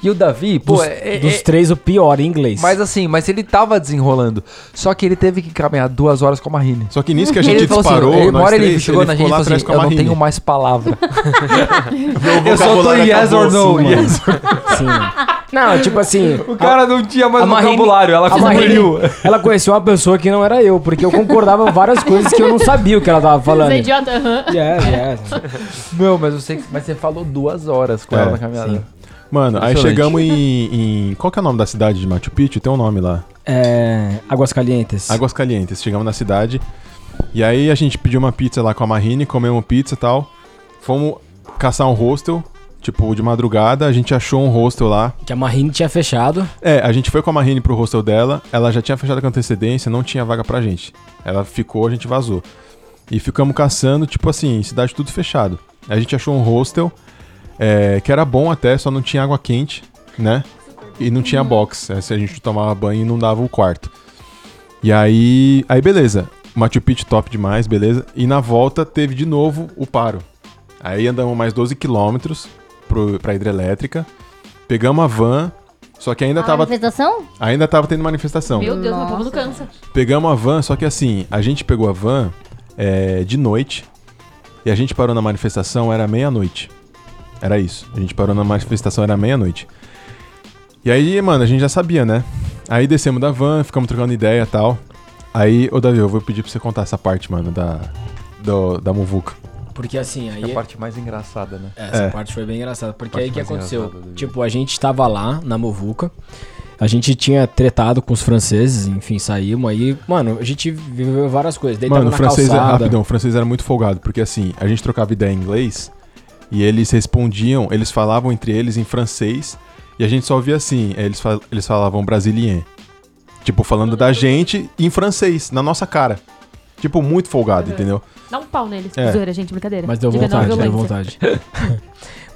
Speaker 6: E o Davi, pô,
Speaker 5: dos,
Speaker 6: é- é-
Speaker 5: dos
Speaker 6: é-
Speaker 5: três, o pior em inglês.
Speaker 6: mas assim, mas ele tava desenrolando. Só que ele teve que caminhar duas horas com a Marine.
Speaker 2: Só que nisso que a gente
Speaker 6: ele falou
Speaker 2: disparou,
Speaker 6: assim,
Speaker 2: assim,
Speaker 6: ele- uma
Speaker 2: nós
Speaker 6: hora ele
Speaker 2: três,
Speaker 6: chegou
Speaker 2: ele
Speaker 6: na gente
Speaker 2: ficou
Speaker 6: e
Speaker 2: lá
Speaker 6: falou
Speaker 2: atrás
Speaker 6: assim,
Speaker 2: com a
Speaker 6: eu não
Speaker 2: Marrine.
Speaker 6: tenho mais palavra. eu só tô
Speaker 2: vocabulário
Speaker 6: yes or
Speaker 2: acabou,
Speaker 6: no,
Speaker 2: sim,
Speaker 6: yes.
Speaker 5: Sim. Não,
Speaker 2: (laughs)
Speaker 5: tipo assim.
Speaker 6: (laughs) O cara não tinha mais
Speaker 5: a Marrine-
Speaker 6: vocabulário, ela
Speaker 5: a Marrine,
Speaker 6: concluiu.
Speaker 5: ela conheceu uma pessoa que não era eu, porque eu concordava em várias coisas que eu não sabia o que ela tava falando.
Speaker 4: Você é idiota? aham.
Speaker 5: Yes, yes.
Speaker 6: (laughs) Não, mas eu sei, mas você falou duas horas com
Speaker 2: É,
Speaker 6: ela na caminhada.
Speaker 2: Mano, aí
Speaker 6: Impressionante.
Speaker 2: chegamos em, em- Qual que é o nome da cidade de Machu Picchu? Tem um nome lá.
Speaker 5: É, Águas Calientes.
Speaker 2: Águas Calientes. Chegamos na cidade. E aí a gente pediu uma pizza lá com a Marrine, comemos pizza e tal. Fomos caçar um hostel, tipo, de madrugada. A gente achou um hostel lá.
Speaker 5: Que a Marine tinha fechado.
Speaker 2: É, a gente foi com a Marrine pro hostel dela. Ela já tinha fechado com antecedência, não tinha vaga pra gente. Ela ficou, a gente vazou. E ficamos caçando, tipo assim, cidade tudo fechado. A gente achou um hostel, é, que era bom até, só não tinha água quente, né? E não tinha box. É, se a gente tomava banho e não dava o quarto. E aí. Aí beleza. Machu Picchu top demais, beleza. E na volta teve de novo o paro. Aí andamos mais 12 quilômetros pro- pra hidrelétrica. Pegamos a van. Só que ainda
Speaker 3: Ah,
Speaker 8: A
Speaker 3: é
Speaker 2: tava.
Speaker 8: Ah, manifestação?
Speaker 2: Ainda tava tendo manifestação.
Speaker 4: Meu Deus, meu
Speaker 8: Nossa.
Speaker 4: povo não cansa.
Speaker 2: Pegamos a van, só que assim, a gente pegou a van é, de noite e a gente parou na manifestação, era meia-noite. Era isso. A gente parou na manifestação, era meia-noite. E aí, mano, a gente já sabia, né? Aí descemos da van, ficamos trocando ideia e tal. Aí, ô Davi, eu vou pedir pra você contar essa parte, mano, da. Do, da Muvuca.
Speaker 5: Porque assim, aí.
Speaker 6: É a parte mais engraçada, né?
Speaker 5: Essa
Speaker 2: É.
Speaker 5: parte foi bem engraçada. Porque
Speaker 6: Parte
Speaker 5: aí o que
Speaker 6: mais
Speaker 5: aconteceu?
Speaker 6: engraçada do vídeo.
Speaker 5: Tipo, a gente tava lá na Movuca. A gente tinha tretado com os franceses, enfim, saímos aí. Mano, a gente viveu várias coisas. Daí
Speaker 2: Mano, o
Speaker 5: tava na
Speaker 2: francês é era
Speaker 5: calçada.
Speaker 2: rapidão, o francês era muito folgado, porque assim, a gente trocava ideia em inglês e eles respondiam, eles falavam entre eles em francês e a gente só via assim, eles, fal- eles falavam brasilien. Tipo, falando da gente em francês, na nossa cara. Tipo,
Speaker 5: É.
Speaker 2: muito folgado, entendeu?
Speaker 4: Dá um pau neles.
Speaker 2: É.
Speaker 4: Zoeira, gente, brincadeira.
Speaker 5: Mas deu
Speaker 4: Diga não à
Speaker 5: vontade, (laughs) deu
Speaker 4: violência.
Speaker 5: vontade.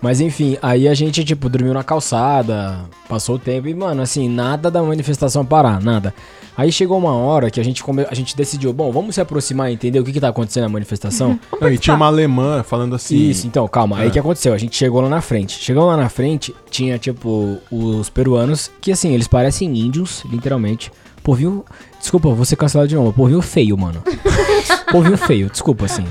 Speaker 5: Mas enfim, aí a gente, tipo, dormiu na calçada, passou o tempo e, mano, assim, nada da manifestação parar, nada. Aí chegou uma hora que a gente, come... a gente decidiu, bom, vamos se aproximar e entender o que, que tá acontecendo
Speaker 4: (laughs)
Speaker 5: na manifestação.
Speaker 2: Não, e tinha uma alemã falando assim.
Speaker 5: é tá? Isso, então, calma. Aí o que aconteceu? A gente chegou lá na frente. Chegamos lá na frente, tinha, tipo, os peruanos, que assim, eles parecem índios, literalmente. Povinho. Desculpa, vou ser cancelado de novo. Povinho feio,
Speaker 2: (laughs)
Speaker 5: mano. Povinho feio, desculpa, assim.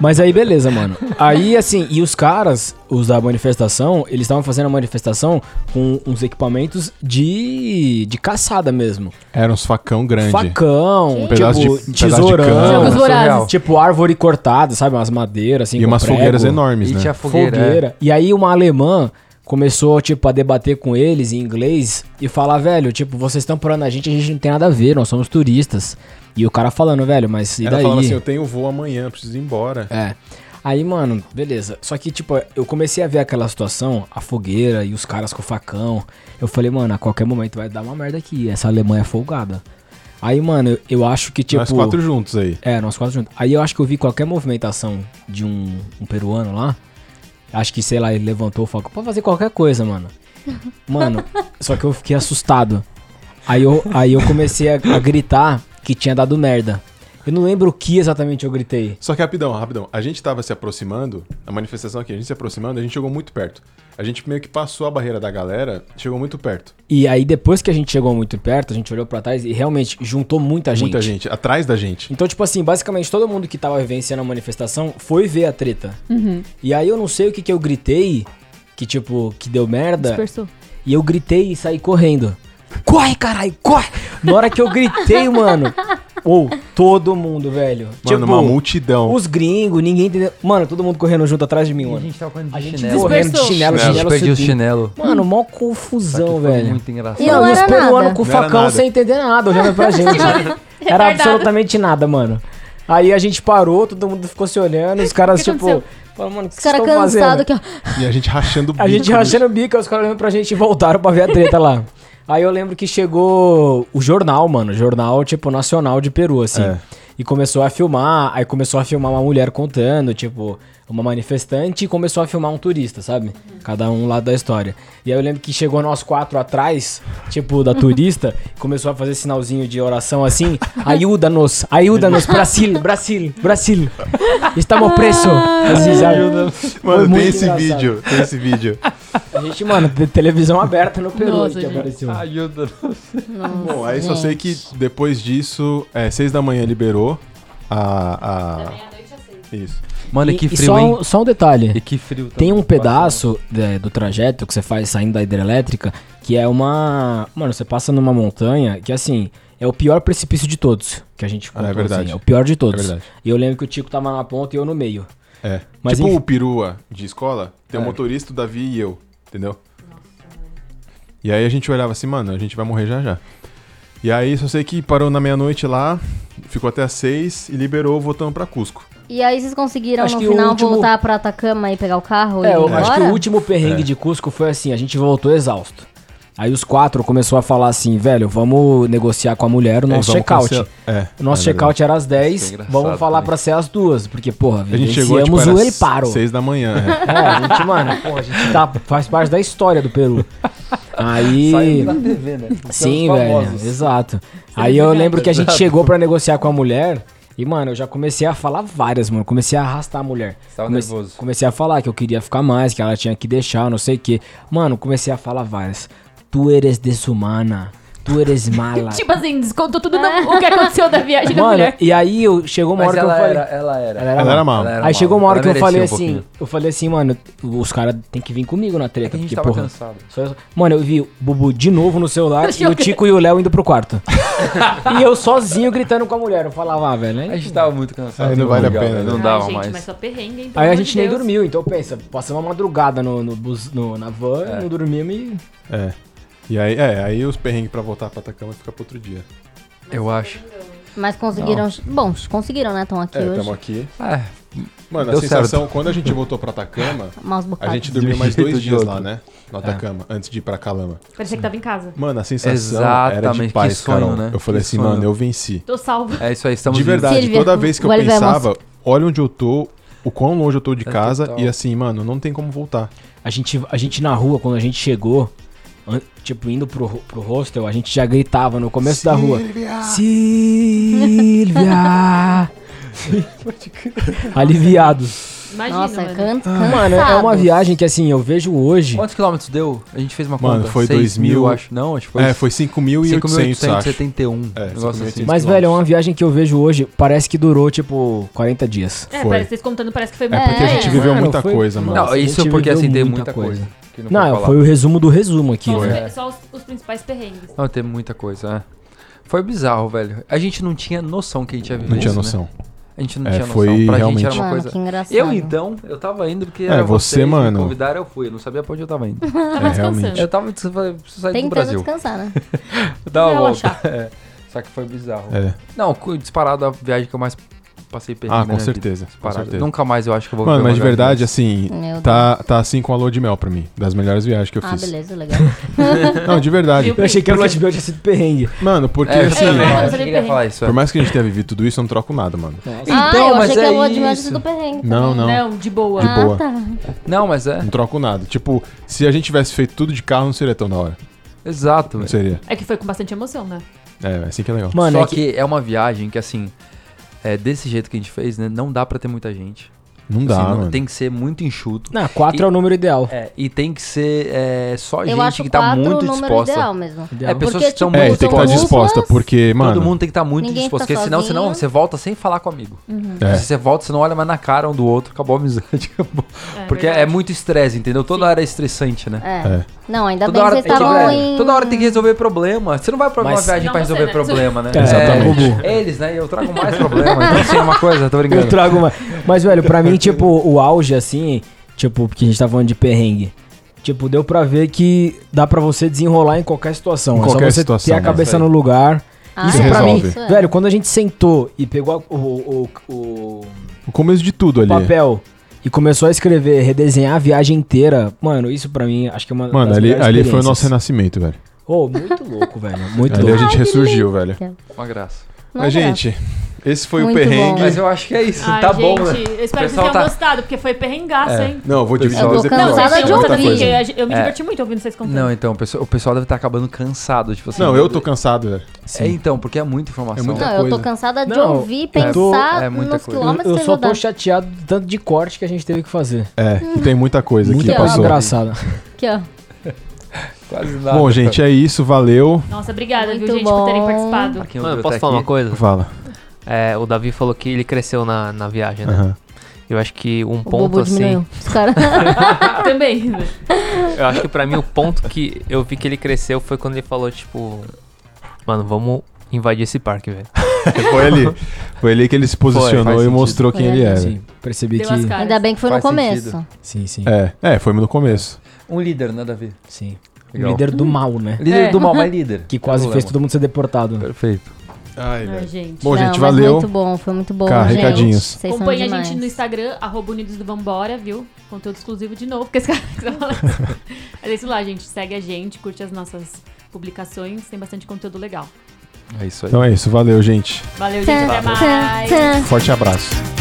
Speaker 5: Mas aí, beleza, mano. Aí, assim, e os caras, os da manifestação, eles estavam fazendo a manifestação com uns equipamentos de. de caçada mesmo.
Speaker 2: Era uns facão grande.
Speaker 5: Facão,
Speaker 2: Um pedaço de- um pedaço
Speaker 5: tipo,
Speaker 2: de cana.
Speaker 6: É,
Speaker 5: tesourão.
Speaker 3: Jogos vorazes.
Speaker 5: Tipo, árvore cortada, sabe? Umas madeiras, assim,
Speaker 2: E
Speaker 5: com
Speaker 2: umas
Speaker 5: prego.
Speaker 2: fogueiras enormes,
Speaker 6: E
Speaker 2: né?
Speaker 6: tinha
Speaker 5: Fogueira.
Speaker 6: fogueira. é.
Speaker 5: E aí uma alemã começou, tipo, a debater com eles em inglês e falar, velho, tipo, vocês estão parando a gente, a gente não tem nada a ver, nós somos turistas. E o cara falando, velho, mas e
Speaker 2: Ela
Speaker 5: daí?
Speaker 2: falava assim, eu tenho voo amanhã, preciso ir embora.
Speaker 5: É. Aí, mano, beleza. Só que, tipo, eu comecei a ver aquela situação, a fogueira e os caras com o facão. Eu falei, mano, a qualquer momento vai dar uma merda aqui. Essa alemã é folgada. Aí, mano, eu, eu acho que, tipo.
Speaker 2: Nós quatro juntos aí.
Speaker 5: É, nós quatro juntos. Aí eu acho que eu vi qualquer movimentação de um, um peruano lá. Acho que, sei lá, ele levantou o foco. Pode fazer qualquer coisa, mano. Mano, só que eu fiquei assustado. Aí eu, aí eu comecei a, a gritar que tinha dado merda. Eu não lembro o que exatamente eu gritei.
Speaker 2: Só que rapidão, rapidão. A gente tava se aproximando, a manifestação aqui, a gente se aproximando, a gente chegou muito perto. A gente meio que passou a barreira da galera, chegou muito perto.
Speaker 5: E aí depois que a gente chegou muito perto, a gente olhou pra trás e realmente juntou muita gente.
Speaker 2: Muita gente, atrás da gente.
Speaker 5: Então, tipo assim, basicamente todo mundo que tava vivenciando a manifestação foi ver a treta. E aí eu não sei o que que eu gritei, que tipo, que deu merda.
Speaker 4: Dispersou.
Speaker 5: E eu gritei e saí correndo. Corre, caralho, corre! Na hora que eu gritei, mano. Ou todo mundo, velho.
Speaker 2: Mano, uma
Speaker 5: (laughs)
Speaker 2: multidão.
Speaker 5: Tipo, Os gringos, ninguém entendeu. Mano, todo mundo correndo junto atrás de mim,
Speaker 6: E a
Speaker 5: mano.
Speaker 6: gente tava correndo
Speaker 5: A
Speaker 6: de
Speaker 5: gente
Speaker 6: chinelo.
Speaker 5: correndo de
Speaker 4: Dispersou.
Speaker 5: chinelo,
Speaker 6: A gente
Speaker 5: chinelo
Speaker 6: perdia o
Speaker 5: subindo.
Speaker 6: chinelo.
Speaker 5: Mano, mó
Speaker 6: Isso aqui
Speaker 5: confusão,
Speaker 6: foi
Speaker 5: velho.
Speaker 6: Muito engraçado.
Speaker 8: E não
Speaker 5: e os
Speaker 8: era
Speaker 5: peruanos
Speaker 8: nada. é
Speaker 5: com o
Speaker 2: Não era
Speaker 5: facão
Speaker 2: nada.
Speaker 5: sem entender nada,
Speaker 8: (laughs)
Speaker 5: olhando pra gente. era absolutamente nada, mano. Aí a gente parou, todo mundo ficou se
Speaker 8: (laughs)
Speaker 5: olhando, os caras,
Speaker 4: O que
Speaker 5: tipo,
Speaker 4: aconteceu?
Speaker 5: falaram, mano, o que
Speaker 8: Os
Speaker 5: vocês
Speaker 8: caras
Speaker 5: estão
Speaker 8: cansados
Speaker 5: fazendo?
Speaker 8: que ó,
Speaker 2: E a gente rachando o bico.
Speaker 5: A gente
Speaker 2: bicho.
Speaker 5: rachando o bico, aí os caras olhando pra gente e voltaram pra ver a
Speaker 2: (laughs)
Speaker 5: treta lá. Aí eu lembro que chegou o jornal, mano. Jornal, tipo, nacional de Peru, assim.
Speaker 2: É.
Speaker 5: E começou a filmar, aí começou a filmar uma mulher contando, tipo, uma manifestante, e começou a filmar um turista, sabe? Cada um lado da história. E aí eu lembro que chegou nós quatro atrás, tipo,
Speaker 2: (laughs)
Speaker 5: da turista, e começou a fazer sinalzinho de oração assim: ajuda-nos, ajuda-nos, Brasil, Brasil, Brasil, estamos presos. Assim, sabe? (laughs) Foi
Speaker 2: Mano,
Speaker 5: muito
Speaker 2: tem esse
Speaker 5: engraçado.
Speaker 2: vídeo, tem esse (laughs) vídeo.
Speaker 5: A gente, mano, te- televisão aberta no Peru
Speaker 4: Nossa,
Speaker 5: que
Speaker 4: gente.
Speaker 5: apareceu.
Speaker 6: Ajuda.
Speaker 2: Bom, aí só sei que depois disso, é, seis da manhã liberou a... a... Isso.
Speaker 6: Mano,
Speaker 5: E-
Speaker 6: que
Speaker 5: e
Speaker 6: frio,
Speaker 5: só,
Speaker 6: hein?
Speaker 5: um- só um
Speaker 6: E
Speaker 5: detalhe.
Speaker 6: que frio.
Speaker 5: Tem
Speaker 6: também.
Speaker 5: um pedaço é, do trajeto que você faz saindo da hidrelétrica que é uma. Mano, você passa numa montanha que assim. É o pior precipício de todos que a gente
Speaker 2: Ah, é verdade.
Speaker 5: assim, é o pior de todos.
Speaker 2: É verdade.
Speaker 5: E eu lembro que o Tico tava na ponta e eu no meio.
Speaker 2: É.
Speaker 5: Mas
Speaker 2: tipo
Speaker 5: enfim.
Speaker 2: o perua de escola, tem o
Speaker 5: É.
Speaker 2: motorista, o Davi e eu, entendeu? E aí a gente olhava assim, mano, a gente vai morrer já já. E aí só sei que parou na meia-noite lá, ficou até às seis e liberou voltando pra Cusco.
Speaker 8: E aí vocês conseguiram
Speaker 5: Acho
Speaker 8: no
Speaker 5: que o
Speaker 8: final
Speaker 5: último-
Speaker 8: voltar pra Atacama e pegar o carro e
Speaker 5: É,
Speaker 8: ir
Speaker 5: eu
Speaker 8: embora?
Speaker 5: acho que o último perrengue
Speaker 2: É.
Speaker 5: de Cusco foi assim, a gente voltou exausto. Aí os quatro começou a falar assim, velho, vamos negociar com a mulher o
Speaker 2: É,
Speaker 5: nosso
Speaker 2: vamos
Speaker 5: check-out.
Speaker 2: cancelar- É,
Speaker 5: O nosso
Speaker 2: é
Speaker 5: check-out era às 10,
Speaker 6: Isso é engraçado
Speaker 5: vamos falar
Speaker 6: também.
Speaker 5: pra ser às duas, porque, porra,
Speaker 2: verdade. A gente chegou, tipo,
Speaker 5: vivenciamos
Speaker 2: era
Speaker 5: o El Paro.
Speaker 2: seis da manhã. é.
Speaker 5: (laughs) É, a gente, mano,
Speaker 6: (laughs)
Speaker 5: porra, a gente tá, faz parte da história do Peru. Aí...
Speaker 6: Saiu da TV, né?
Speaker 5: Sim,
Speaker 6: Os
Speaker 5: velho,
Speaker 6: famosos.
Speaker 5: exato. Aí eu lembro que a gente chegou pra negociar com a mulher... E, mano, eu já comecei a falar várias, mano. Comecei a arrastar a mulher.
Speaker 6: Tava
Speaker 5: Comece-
Speaker 6: nervoso.
Speaker 5: Comecei a falar que eu queria ficar mais, que ela tinha que deixar, não sei o quê. Mano, comecei a falar várias. Tu eres desumana. Tu eres
Speaker 4: (laughs)
Speaker 5: mala.
Speaker 4: Tipo assim, descontou tudo do- o que aconteceu da viagem da
Speaker 5: mano,
Speaker 4: mulher.
Speaker 5: e aí eu, chegou uma
Speaker 6: Mas
Speaker 5: hora que eu
Speaker 6: ela
Speaker 5: falei...
Speaker 6: era, ela era.
Speaker 5: Ela era
Speaker 2: Ela era
Speaker 5: má.
Speaker 2: mal.
Speaker 5: Aí chegou uma hora que eu falei assim,
Speaker 6: Porque
Speaker 5: eu falei assim, mano, os caras tem que vir comigo na treta,
Speaker 6: É a
Speaker 5: porque
Speaker 6: gente tava
Speaker 5: porra.
Speaker 6: cansado.
Speaker 5: só eu- Mano, eu vi o Bubu de novo no
Speaker 6: (laughs)
Speaker 5: celular e o
Speaker 4: Choquei.
Speaker 5: Tico e o Léo indo pro quarto. e eu sozinho gritando com a mulher, eu falava, ah, velho.
Speaker 6: A
Speaker 5: Aí,
Speaker 6: gente tava muito cansado.
Speaker 2: Aí não vale a pena, né?
Speaker 6: Não
Speaker 4: Ai,
Speaker 6: dava
Speaker 4: gente,
Speaker 6: mais.
Speaker 4: mas só perrengue, hein? pelo
Speaker 5: aí a
Speaker 4: amor de
Speaker 5: gente nem
Speaker 4: Deus.
Speaker 5: dormiu, então pensa, passamos uma madrugada no, no bus- no- na van,
Speaker 6: É.
Speaker 5: não dormimos e
Speaker 2: é. E aí, é, aí os perrengues pra voltar pra Atacama fica pra outro dia.
Speaker 6: Eu acho.
Speaker 8: Mas conseguiram. Bom, conseguiram, né? Estão aqui
Speaker 2: É,
Speaker 8: hoje.
Speaker 2: tamo aqui.
Speaker 6: Ah,
Speaker 2: Mano, a
Speaker 6: Deu
Speaker 2: sensação,
Speaker 6: certo.
Speaker 2: quando a gente voltou pra Atacama,
Speaker 8: Maus
Speaker 3: Ah,
Speaker 2: a
Speaker 8: bocados.
Speaker 2: gente dormiu
Speaker 6: um
Speaker 2: mais
Speaker 6: jeito
Speaker 2: dois
Speaker 6: de
Speaker 2: dias
Speaker 6: outro.
Speaker 2: lá, né? No Atacama, antes de ir pra Calama.
Speaker 4: Parecia que tava em casa.
Speaker 2: Mano, a sensação era
Speaker 6: Exatamente,
Speaker 2: de
Speaker 6: que
Speaker 2: paz,
Speaker 6: sonho,
Speaker 2: Carol.
Speaker 6: né?
Speaker 2: Eu falei
Speaker 6: Que
Speaker 2: assim,
Speaker 6: sonho.
Speaker 2: mano, eu venci.
Speaker 4: Tô salvo.
Speaker 6: é isso aí,
Speaker 2: (laughs)
Speaker 6: estamos
Speaker 2: de verdade,
Speaker 8: Silvia,
Speaker 2: toda vez que eu
Speaker 8: volvemos.
Speaker 2: pensava, olha onde eu tô, o quão longe eu tô de
Speaker 6: É
Speaker 2: casa
Speaker 6: total.
Speaker 2: e assim, mano, não tem como voltar.
Speaker 5: A gente, a gente na rua, quando a gente chegou, an- tipo, indo pro, ho- pro hostel, a gente já gritava no começo da rua. Silvia! Aliviado.
Speaker 4: Imagina,
Speaker 3: é
Speaker 8: Nossa,
Speaker 4: mano.
Speaker 8: cansa.
Speaker 5: Mano, é uma viagem que assim, eu vejo hoje.
Speaker 6: Quantos quilômetros deu? A gente fez uma
Speaker 2: Mano,
Speaker 6: conta.
Speaker 2: foi
Speaker 6: Seis
Speaker 2: 2000,
Speaker 6: mil, acho. Não, acho que foi.
Speaker 2: É, foi 5.800, acho.
Speaker 6: 5.871.
Speaker 2: É,
Speaker 6: negócio
Speaker 2: 5.800.
Speaker 6: assim.
Speaker 5: Mas, velho, é uma viagem que eu vejo hoje, parece que durou, tipo, 40 dias.
Speaker 4: É,
Speaker 2: Foi.
Speaker 4: parece, vocês contando, parece que foi
Speaker 2: É
Speaker 4: muito.
Speaker 2: porque a gente viveu
Speaker 5: Mano,
Speaker 2: muita
Speaker 5: foi-
Speaker 2: coisa, mano.
Speaker 5: Nossa,
Speaker 6: não,
Speaker 5: a
Speaker 6: isso
Speaker 5: gente
Speaker 6: porque assim,
Speaker 5: viveu
Speaker 6: tem
Speaker 5: muita
Speaker 6: muita
Speaker 5: coisa.
Speaker 6: coisa. que
Speaker 5: Não,
Speaker 6: pode falar.
Speaker 5: foi o resumo do resumo aqui,
Speaker 4: Só, os,
Speaker 5: velho.
Speaker 4: pe- só os- os principais perrengues.
Speaker 6: Não, tem muita coisa, é. Foi bizarro, velho. A gente não tinha noção que a gente ia viver
Speaker 2: Não tinha
Speaker 6: isso, né?
Speaker 2: noção.
Speaker 6: A gente não
Speaker 2: É,
Speaker 6: tinha
Speaker 2: foi
Speaker 6: noção. Pra
Speaker 2: realmente-
Speaker 6: gente era uma
Speaker 8: Mano,
Speaker 6: coisa...
Speaker 8: que engraçado.
Speaker 6: Eu, então, eu tava indo porque
Speaker 2: É,
Speaker 6: era
Speaker 2: você,
Speaker 6: vocês,
Speaker 2: mano.
Speaker 6: me convidaram, eu fui. Eu não sabia pra onde eu
Speaker 8: (laughs)
Speaker 6: tava indo.
Speaker 4: Tava
Speaker 2: É,
Speaker 4: descansando.
Speaker 2: realmente.
Speaker 6: eu tava... eu falei, Preciso sair do
Speaker 8: Tentando
Speaker 6: Brasil.
Speaker 8: descansar, né?
Speaker 6: Dá uma
Speaker 4: Relaxar.
Speaker 6: volta. É. Só que foi bizarro.
Speaker 2: É.
Speaker 6: Não, cu- disparado a viagem que eu mais passei perdido.
Speaker 2: Ah, com certeza. Com certeza.
Speaker 6: Nunca mais eu acho que eu vou
Speaker 2: Mano,
Speaker 6: ver
Speaker 2: mas de
Speaker 6: uma viagem
Speaker 2: verdade,
Speaker 6: dessa.
Speaker 2: assim,
Speaker 8: Meu
Speaker 2: tá, tá assim com a lua de mel pra mim. Das melhores viagens que eu
Speaker 8: Ah,
Speaker 2: fiz.
Speaker 8: beleza, legal.
Speaker 2: Não, de verdade.
Speaker 4: Viu?
Speaker 5: Eu achei que era o Lotbel tinha sido perrengue.
Speaker 2: Mano, porque
Speaker 6: É, eu
Speaker 2: assim,
Speaker 6: também,
Speaker 4: é,
Speaker 6: eu
Speaker 4: eu
Speaker 6: achei que
Speaker 4: também
Speaker 6: ele ia falar isso. é.
Speaker 2: por mais que a gente tenha vivido tudo isso, eu não troco nada, mano.
Speaker 8: ah,
Speaker 6: Então,
Speaker 8: eu
Speaker 6: mas
Speaker 8: achei que
Speaker 6: é
Speaker 8: a lua de mel tinha
Speaker 6: isso.
Speaker 8: sido perrengue.
Speaker 2: Não, não.
Speaker 4: Não, de boa.
Speaker 2: De
Speaker 8: ah,
Speaker 2: boa.
Speaker 8: tá.
Speaker 6: Não, mas é.
Speaker 2: Não troco nada. Tipo, se a gente tivesse feito tudo de carro, não seria tão da hora.
Speaker 6: Exato.
Speaker 2: Não
Speaker 6: velho.
Speaker 2: seria.
Speaker 4: É que foi com bastante emoção, né?
Speaker 2: É, assim que é legal.
Speaker 5: Mano,
Speaker 6: Só
Speaker 5: é que-
Speaker 6: que é uma viagem que, assim, é, desse jeito que a gente fez, né? Não dá pra ter muita gente.
Speaker 2: Não dá,
Speaker 6: Assim, não-
Speaker 2: mano.
Speaker 6: Tem que ser muito enxuto.
Speaker 5: Não, 4 é o número ideal.
Speaker 6: É, e tem que ser é, só
Speaker 8: Eu
Speaker 6: gente
Speaker 8: acho
Speaker 6: que tá
Speaker 8: quatro
Speaker 6: muito
Speaker 8: o número
Speaker 6: disposta.
Speaker 8: ideal mesmo.
Speaker 6: É, pessoas
Speaker 8: Porque,
Speaker 6: que estão
Speaker 8: tipo,
Speaker 2: É,
Speaker 6: muito
Speaker 2: e tem que estar
Speaker 8: São
Speaker 2: disposta,
Speaker 8: múltiplas.
Speaker 2: porque, mano.
Speaker 6: Todo mundo tem que estar muito
Speaker 8: Ninguém
Speaker 6: disposto,
Speaker 8: tá
Speaker 6: porque senão, senão
Speaker 8: sozinho. Uhum.
Speaker 6: você volta sem falar com o amigo.
Speaker 2: É.
Speaker 6: Se você volta, você não olha mais na cara um do outro, acabou a amizade, (laughs) acabou. porque é,
Speaker 4: verdade.
Speaker 6: muito estresse, entendeu? Toda hora é estressante, né?
Speaker 8: É. Não, ainda
Speaker 6: Toda
Speaker 8: bem
Speaker 6: hora,
Speaker 8: que vocês
Speaker 6: tem que,
Speaker 8: estavam
Speaker 6: é,
Speaker 8: em...
Speaker 6: toda hora tem que resolver problema. Você não vai pra uma
Speaker 5: Mas-
Speaker 6: viagem
Speaker 4: Não,
Speaker 6: pra
Speaker 4: você,
Speaker 6: resolver
Speaker 4: né?
Speaker 6: problema, né?
Speaker 5: É, exatamente.
Speaker 6: É, eles, né? Eu trago
Speaker 2: (laughs)
Speaker 6: mais problema. Então, assim, é uma coisa, tô brincando.
Speaker 5: Eu trago uma. Mas, velho, pra mim, tipo, o auge, assim, tipo, porque a gente tá falando de perrengue. Tipo, deu pra ver que dá pra você desenrolar em qualquer situação.
Speaker 2: Em
Speaker 5: é
Speaker 2: qualquer
Speaker 5: só você
Speaker 2: situação,
Speaker 5: ter a
Speaker 2: né?
Speaker 5: cabeça
Speaker 6: Isso aí.
Speaker 5: no lugar.
Speaker 8: Ah,
Speaker 5: isso
Speaker 8: é?
Speaker 5: pra mim,
Speaker 8: Isso é.
Speaker 5: velho, quando a gente sentou e pegou a- o, o- o-
Speaker 2: O começo de tudo
Speaker 5: o
Speaker 2: ali.
Speaker 5: papel e começou a escrever, redesenhar a viagem inteira, mano, isso pra mim, acho que é uma
Speaker 2: Mano,
Speaker 5: das
Speaker 2: ali,
Speaker 5: melhores
Speaker 2: ali foi o nosso
Speaker 5: experiências.
Speaker 2: renascimento, velho.
Speaker 5: Oh, muito
Speaker 2: (laughs)
Speaker 5: louco, velho. Muito
Speaker 2: Ali a
Speaker 5: louco.
Speaker 2: gente ressurgiu, velho.
Speaker 6: Uma graça.
Speaker 8: Não,
Speaker 2: Mas,
Speaker 8: não.
Speaker 2: gente, esse foi o
Speaker 8: Muito
Speaker 2: perrengue.
Speaker 8: bom.
Speaker 6: Mas eu acho que é isso.
Speaker 4: Ai,
Speaker 6: tá
Speaker 4: gente,
Speaker 6: bom, né?
Speaker 4: eu espero que vocês
Speaker 6: pessoal
Speaker 4: tenham
Speaker 6: tá-
Speaker 4: gostado, porque foi perrengaço,
Speaker 6: É.
Speaker 4: hein?
Speaker 2: Não, eu vou dividir
Speaker 6: Eu
Speaker 2: em
Speaker 6: tô
Speaker 2: dois episódios.
Speaker 8: cansada
Speaker 2: tem
Speaker 8: de
Speaker 2: muita
Speaker 8: ouvir,
Speaker 4: porque
Speaker 2: coisa.
Speaker 4: eu, eu me
Speaker 6: É.
Speaker 4: diverti muito ouvindo vocês contando.
Speaker 6: Não, então, o pessoal, o pessoal deve estar acabando cansado, tipo assim.
Speaker 2: Não, eu tô cansado, velho.
Speaker 6: É, então, porque é muita informação.
Speaker 2: É muita
Speaker 8: Não, eu tô
Speaker 2: coisa.
Speaker 8: cansada de
Speaker 5: Não,
Speaker 8: ouvir,
Speaker 5: eu tô-
Speaker 8: pensar
Speaker 6: é muita
Speaker 8: nos
Speaker 6: coisa.
Speaker 8: quilômetros
Speaker 5: Eu, eu
Speaker 8: sem
Speaker 5: só tô
Speaker 8: rodar.
Speaker 5: chateado do tanto de corte que a gente teve que fazer.
Speaker 2: É, tem muita coisa aqui
Speaker 5: Muita coisa
Speaker 2: passou.
Speaker 5: engraçada.
Speaker 8: Aqui, ó.
Speaker 6: Quase nada.
Speaker 2: Bom, gente, é isso. Valeu.
Speaker 4: Nossa, obrigada, viu,
Speaker 8: Muito
Speaker 4: gente, por terem
Speaker 8: bom. (laughs)
Speaker 4: participado.
Speaker 6: Aqui,
Speaker 7: Mano,
Speaker 6: Rodrigo,
Speaker 7: posso
Speaker 6: tá
Speaker 7: falar
Speaker 6: aqui.
Speaker 7: uma coisa?
Speaker 2: Fala.
Speaker 7: É, o Davi falou que ele cresceu na, na viagem, né?
Speaker 2: Aham. (laughs)
Speaker 7: Eu acho que um
Speaker 8: O
Speaker 7: ponto,
Speaker 8: bobo
Speaker 7: assim...
Speaker 8: diminuiu. Os caras...
Speaker 4: Também. né?
Speaker 7: Eu acho que pra mim o ponto que eu vi que ele cresceu foi quando ele falou, tipo... Mano, vamos invadir esse parque, velho.
Speaker 2: Foi ali. Foi ali que ele se
Speaker 6: faz
Speaker 2: posicionou e
Speaker 6: sentido.
Speaker 2: mostrou quem
Speaker 8: Foi
Speaker 2: ele (laughs) é. velho.
Speaker 5: Sim, percebi
Speaker 4: Deu
Speaker 5: que.
Speaker 4: as caras.
Speaker 8: Ainda bem que foi
Speaker 6: Faz
Speaker 8: no começo.
Speaker 6: sentido.
Speaker 5: Sim, sim.
Speaker 2: É, é, foi no começo.
Speaker 6: Um líder, né, Davi?
Speaker 5: Sim.
Speaker 7: Um
Speaker 6: Legal.
Speaker 5: Líder
Speaker 6: (laughs)
Speaker 5: do mal, né?
Speaker 6: Líder
Speaker 4: É.
Speaker 6: do mal,
Speaker 2: (laughs)
Speaker 6: mas líder.
Speaker 5: Que quase
Speaker 6: Problema.
Speaker 5: fez todo mundo ser deportado.
Speaker 6: Perfeito.
Speaker 2: Ai,
Speaker 4: Ai, gente.
Speaker 2: Bom,
Speaker 8: Não,
Speaker 2: gente,
Speaker 8: mas
Speaker 2: valeu.
Speaker 8: muito bom, foi muito bom,
Speaker 2: Cara,
Speaker 8: gente.
Speaker 2: recadinhos.
Speaker 8: Vocês são
Speaker 4: Acompanhe a
Speaker 8: demais.
Speaker 4: gente no Instagram, arroba Unidos do Vambora, viu? Conteúdo exclusivo de novo, porque esse cara (laughs) quiser falar. Mas é isso lá, gente. Segue a gente, curte as nossas publicações, tem bastante conteúdo legal.
Speaker 6: É isso aí.
Speaker 2: Então é isso. Valeu, gente.
Speaker 4: Valeu, gente. Até
Speaker 8: Tã,
Speaker 4: mais.
Speaker 8: tã, tã.
Speaker 2: Forte abraço.